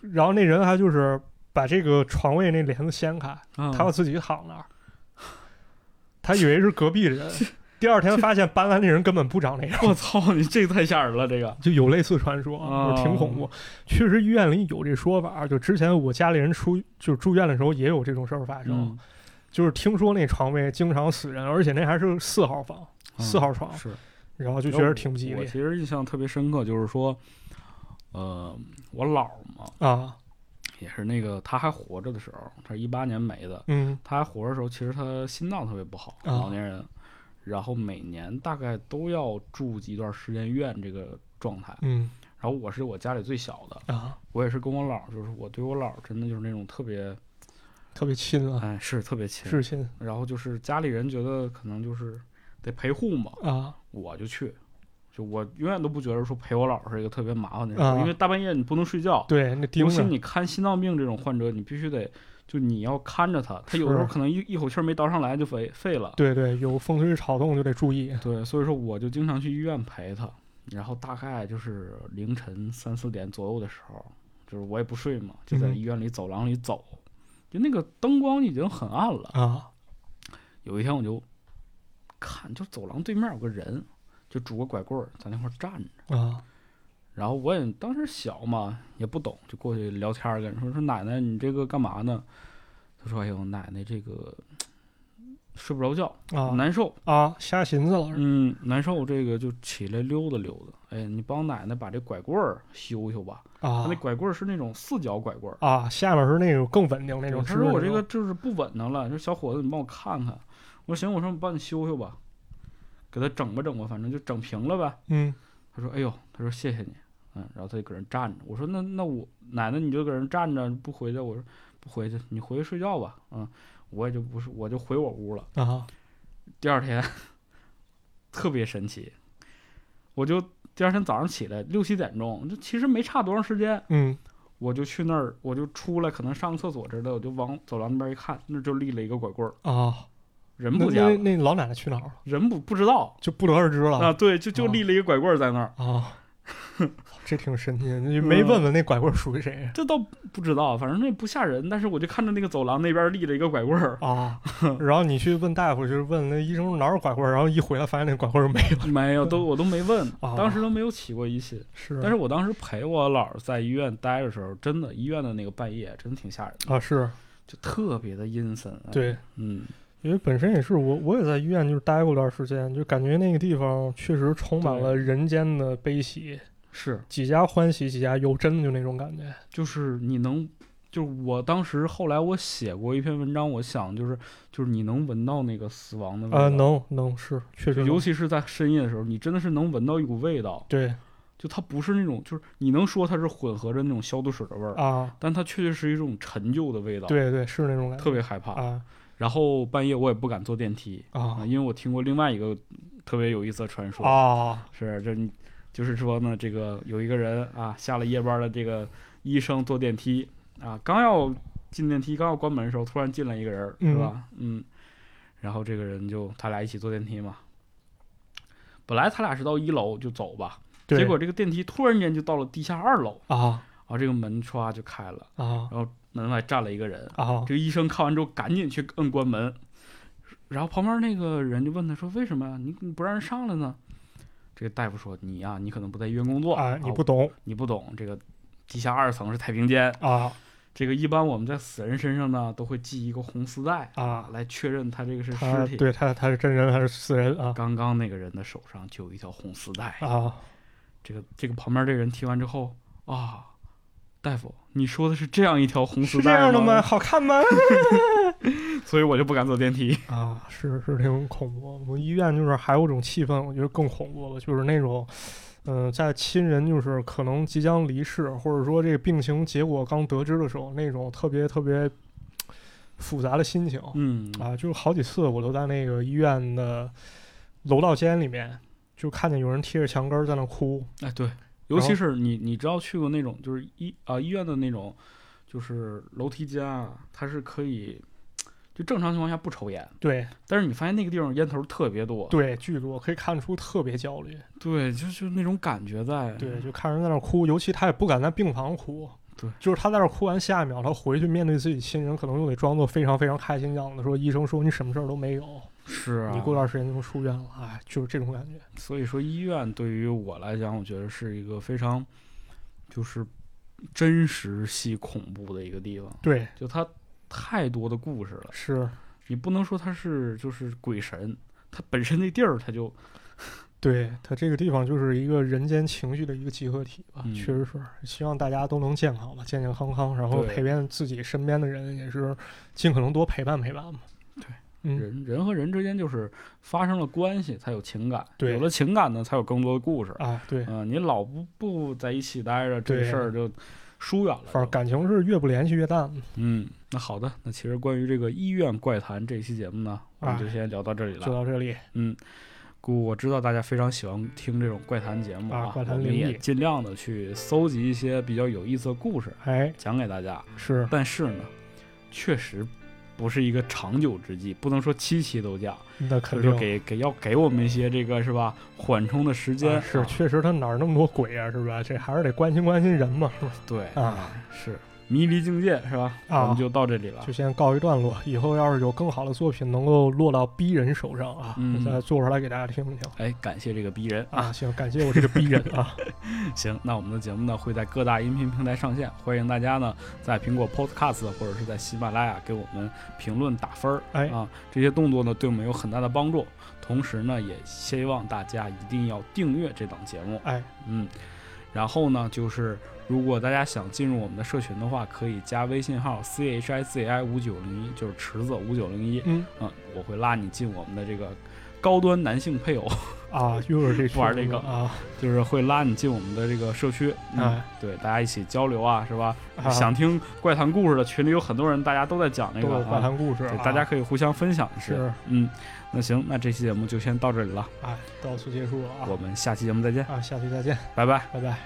B: 然后那人还就是把这个床位那帘子掀开，他
A: 他
B: 要自己躺那儿，他以为是隔壁 人，第二天发现搬来那人根本不长那样，
A: 我操，你这太吓人了，这个
B: 就有类似传说，啊
A: 哦
B: 就是挺恐怖。确实医院里有这说法，就之前我家里人出就是住院的时候也有这种事儿发生，
A: 嗯
B: 就是听说那床位经常死人，而且那还是四号房、四号床，
A: 嗯是
B: 然后就
A: 就
B: 觉得挺不吉
A: 我
B: 利
A: 其实印象特别深刻，就是说，呃，我姥儿嘛，
B: 啊，
A: 也是那个他还活着的时候，他一八年没的，
B: 嗯。
A: 他还活着的时候，其实他心脏特别不好，
B: 啊
A: 老年人，然后每年大概都要住一段时间院这个状态。
B: 嗯
A: 然后我是我家里最小的，
B: 啊，
A: 我也是跟我姥儿，就是我对我姥儿真的就是那种特别，
B: 特别亲啊，
A: 哎，是特别亲。
B: 是亲
A: 然后就是家里人觉得可能就是得陪护嘛，
B: 啊
A: 我就去，就我永远都不觉得说陪我姥儿是一个特别麻烦的事儿，
B: 啊
A: 因为大半夜你不能睡觉，
B: 对，那盯
A: 尤其
B: 着
A: 你看心脏病这种患者，你必须得就你要看着他，他有时候
B: 是
A: 可能一一口气儿没倒上来就废废了。
B: 对对，有风吹草动就得注意啊
A: 对，所以说我就经常去医院陪他，然后大概就是凌晨三四点左右的时候，就是我也不睡嘛，就在
B: 嗯
A: 医院里走廊里走，就那个灯光已经很暗了。
B: 啊
A: 有一天我就看，就走廊对面有个人，就拄个拐棍儿在那块儿站着。
B: 啊
A: 然后我也当时小嘛，也不懂，就过去聊天儿，跟人说说奶奶，你这个干嘛呢？他说：“哎呦，奶奶这个睡不着觉，
B: 啊
A: 难受，
B: 啊，瞎寻思了，
A: 嗯，难受。这个就起来溜达溜达。哎，你帮奶奶把这拐棍儿修修吧。他
B: 啊
A: 那拐棍儿是那种四角拐棍儿。
B: 啊，下面是那种更稳定那种，
A: 哎他
B: 是不
A: 说
B: 是
A: 我这个就是不稳当了，说小伙子你帮我看看。我说行，我说我帮你修修吧，给他整吧整吧，反正就整平了呗。
B: 嗯
A: 他说哎呦，他说谢谢你，嗯，然后他就搁那儿站着。我说那那我奶奶你就搁那儿站着不回去，我说不回去，你回去睡觉吧，嗯，我也就不是我就回我屋了。
B: 啊
A: 第二天 特别神奇，我就第二天早上起来六七点钟，就其实没差多长时间，
B: 嗯
A: 我就去那儿，我就出来，可能上个厕所之类的，我就往走廊那边一看，那儿就立了一个拐棍儿，
B: 啊，
A: 人
B: 那
A: 不见
B: 那
A: 了，
B: 那老奶奶去哪儿了？
A: 人不不知道
B: 就不得而知了
A: 啊，对，就就
B: 啊
A: 立了一个拐棍儿在那儿，
B: 啊，这挺神奇的，
A: 嗯
B: 你没问问那拐棍属于谁
A: 这倒不知道，反正那不吓人，但是我就看着那个走廊那边立了一个拐棍儿，
B: 啊？然后你去问大夫，就是问那医生哪儿有拐棍，然后一回来发现那拐棍没了，
A: 没有，都我都没问，
B: 啊
A: 当时都没有起过疑心，
B: 是，
A: 但是我当时陪我姥儿在医院待的时候，真的医院的那个半夜真的挺吓人的。
B: 啊是
A: 就特别的阴森、哎，
B: 对。
A: 嗯，
B: 因为本身也是我，我也在医院就是待过段时间，就感觉那个地方确实充满了人间的悲喜，
A: 是，
B: 几家欢喜几家忧，真的就那种感觉。
A: 就是你能，就是我当时后来我写过一篇文章，我想就是就是你能闻到那个死亡的味道，
B: 啊，能能是确
A: 嗯
B: 实
A: 就
B: 能，
A: 尤其是在深夜的时候，你真的是能闻到一股味道，
B: 对
A: 就它不是那种，就是你能说它是混合着那种消毒水的味儿，
B: 啊，
A: 但它确确实实一种陈旧的味道，，
B: 对对是那种感觉
A: 特别害怕。
B: 啊
A: 然后半夜我也不敢坐电梯
B: 啊
A: 因为我听过另外一个特别有意思的传说，
B: 啊
A: 是，这你就是说呢，这个有一个人啊，下了夜班的这个医生坐电梯啊，刚要进电梯，刚要关门的时候，嗯突然进来一个人儿，是吧？嗯，然后这个人就他俩一起坐电梯嘛，本来他俩是到一楼就走吧，
B: 对
A: 结果这个电梯突然间就到了地下二楼，
B: 啊
A: 然后这个门唰就开了，
B: 啊
A: 门外站了一个人。
B: 啊
A: 这个医生看完之后赶紧去摁关门，然后旁边那个人就问他说：“为什么呀？你你不让人上来呢？”这个大夫说：“你呀、你可能不在医院工作
B: 啊！你
A: 啊
B: 不懂
A: 你不懂这个地下二层是太平间，
B: 啊
A: 这个一般我们在死人身上呢都会系一个红丝带
B: 啊！
A: 来确认他这个是
B: 他
A: 尸体。
B: 对他他是真人还是死人啊
A: 刚刚那个人的手上就有一条红丝带。
B: 啊
A: 这个这个旁边这人听完之后啊，大夫，你说的是这样一条红丝
B: 是这
A: 带
B: 样的吗？？好看吗？
A: 所以我就不敢坐电梯。
B: 啊，是是挺恐怖。我们医院就是还有一种气氛，我觉得更恐怖了，就是那种，嗯、在亲人就是可能即将离世，或者说这个病情结果刚得知的时候，那种特别特别复杂的心情
A: 嗯
B: 啊，就好几次我都在那个医院的楼道间里面，就看见有人贴着墙根儿在那哭
A: 哎，对，尤其是你，你知道去过那种就是医啊、医院的那种，就是楼梯间啊，它是可以就正常情况下不抽烟，
B: 对
A: 但是你发现那个地方烟头特别多，
B: 对，巨多，可以看出特别焦虑。
A: 对，就是那种感觉在，
B: 对，就看人在那儿哭，尤其他也不敢在病房哭。
A: 嗯对，
B: 就是他在那儿哭完，下一秒他回去面对自己亲人，可能又得装作非常非常开心样子，说医生说你什么事儿都没有，
A: 是啊
B: 你，过段时间就能出院了，哎，就是这种感觉。
A: 所以说医院对于我来讲，我觉得是一个非常就是真实系恐怖的一个地方，
B: 对，
A: 就它太多的故事了，
B: 是，
A: 你不能说它是就是鬼神，它本身那地儿它就
B: 对他这个地方就是一个人间情绪的一个集合体吧，
A: 嗯
B: 确实是，希望大家都能健康吧，健健康康，然后
A: 对
B: 陪伴自己身边的人，也是尽可能多陪伴陪伴嘛。
A: 对，
B: 嗯，
A: 人人和人之间就是发生了关系才有情感，
B: 对
A: 有了情感呢才有更多的故事。
B: 啊，对，
A: 嗯、你老不不在一起待着，这个
B: 对
A: 事儿就疏远了就。
B: 反正感情是越不联系越淡。
A: 嗯，那好的，那其实关于这个医院怪谈这一期节目呢，我们
B: 哎
A: 就先聊到这里了。
B: 就到这里，
A: 嗯，故我知道大家非常喜欢听这种怪谈节目
B: 啊怪谈
A: 我们
B: 灵
A: 也
B: 异
A: 尽量的去搜集一些比较有意思的故事
B: 哎，
A: 讲给大家。
B: 是。
A: 但是呢，确实不是一个长久之计，不能说期期都讲。
B: 那
A: 所
B: 肯
A: 以说
B: 定
A: 嗯给给要给我们一些这个是吧缓冲的时间，
B: 啊是
A: 啊
B: 确实他哪儿那么多鬼啊，是吧？这还是得关心关心人嘛，是吧？
A: 对
B: 啊，
A: 是迷离境界是吧？
B: 啊
A: 我们就到这里了
B: 就，先告一段落，以后要是有更好的作品能够落到逼人手上啊，
A: 嗯
B: 我再做出来给大家听听
A: 哎，感谢这个逼人
B: 啊。行，感谢我这个逼人 啊，
A: 行，那我们的节目呢会在各大音频平台上线，欢迎大家呢在苹果 Podcast 或者是在喜马拉雅给我们评论打分儿，
B: 哎
A: 啊，这些动作呢对我们有很大的帮助。同时呢，也希望大家一定要订阅这档节目，
B: 哎，
A: 嗯，然后呢，就是如果大家想进入我们的社群的话，可以加微信号 c h i z i 五九零一，就是池子五九零一，
B: 嗯
A: 嗯，我会拉你进我们的这个高端男性配偶，
B: 啊，又是这
A: 不玩
B: 群
A: 这个
B: 了啊，
A: 就是会拉你进我们的这个社区，嗯，
B: 哎
A: 对，大家一起交流啊，是吧？
B: 啊
A: 想听怪谈故事的群里有很多人，大家都在讲那
B: 都
A: 个
B: 有怪
A: 啊，
B: 谈故事
A: 对
B: 啊，
A: 大家可以互相分享一些。
B: 是
A: 嗯，那行，那这期节目就先到这里了，
B: 哎，到此结束了啊
A: 我们下期节目再见，
B: 啊，下期再见，
A: 拜拜。
B: 拜拜。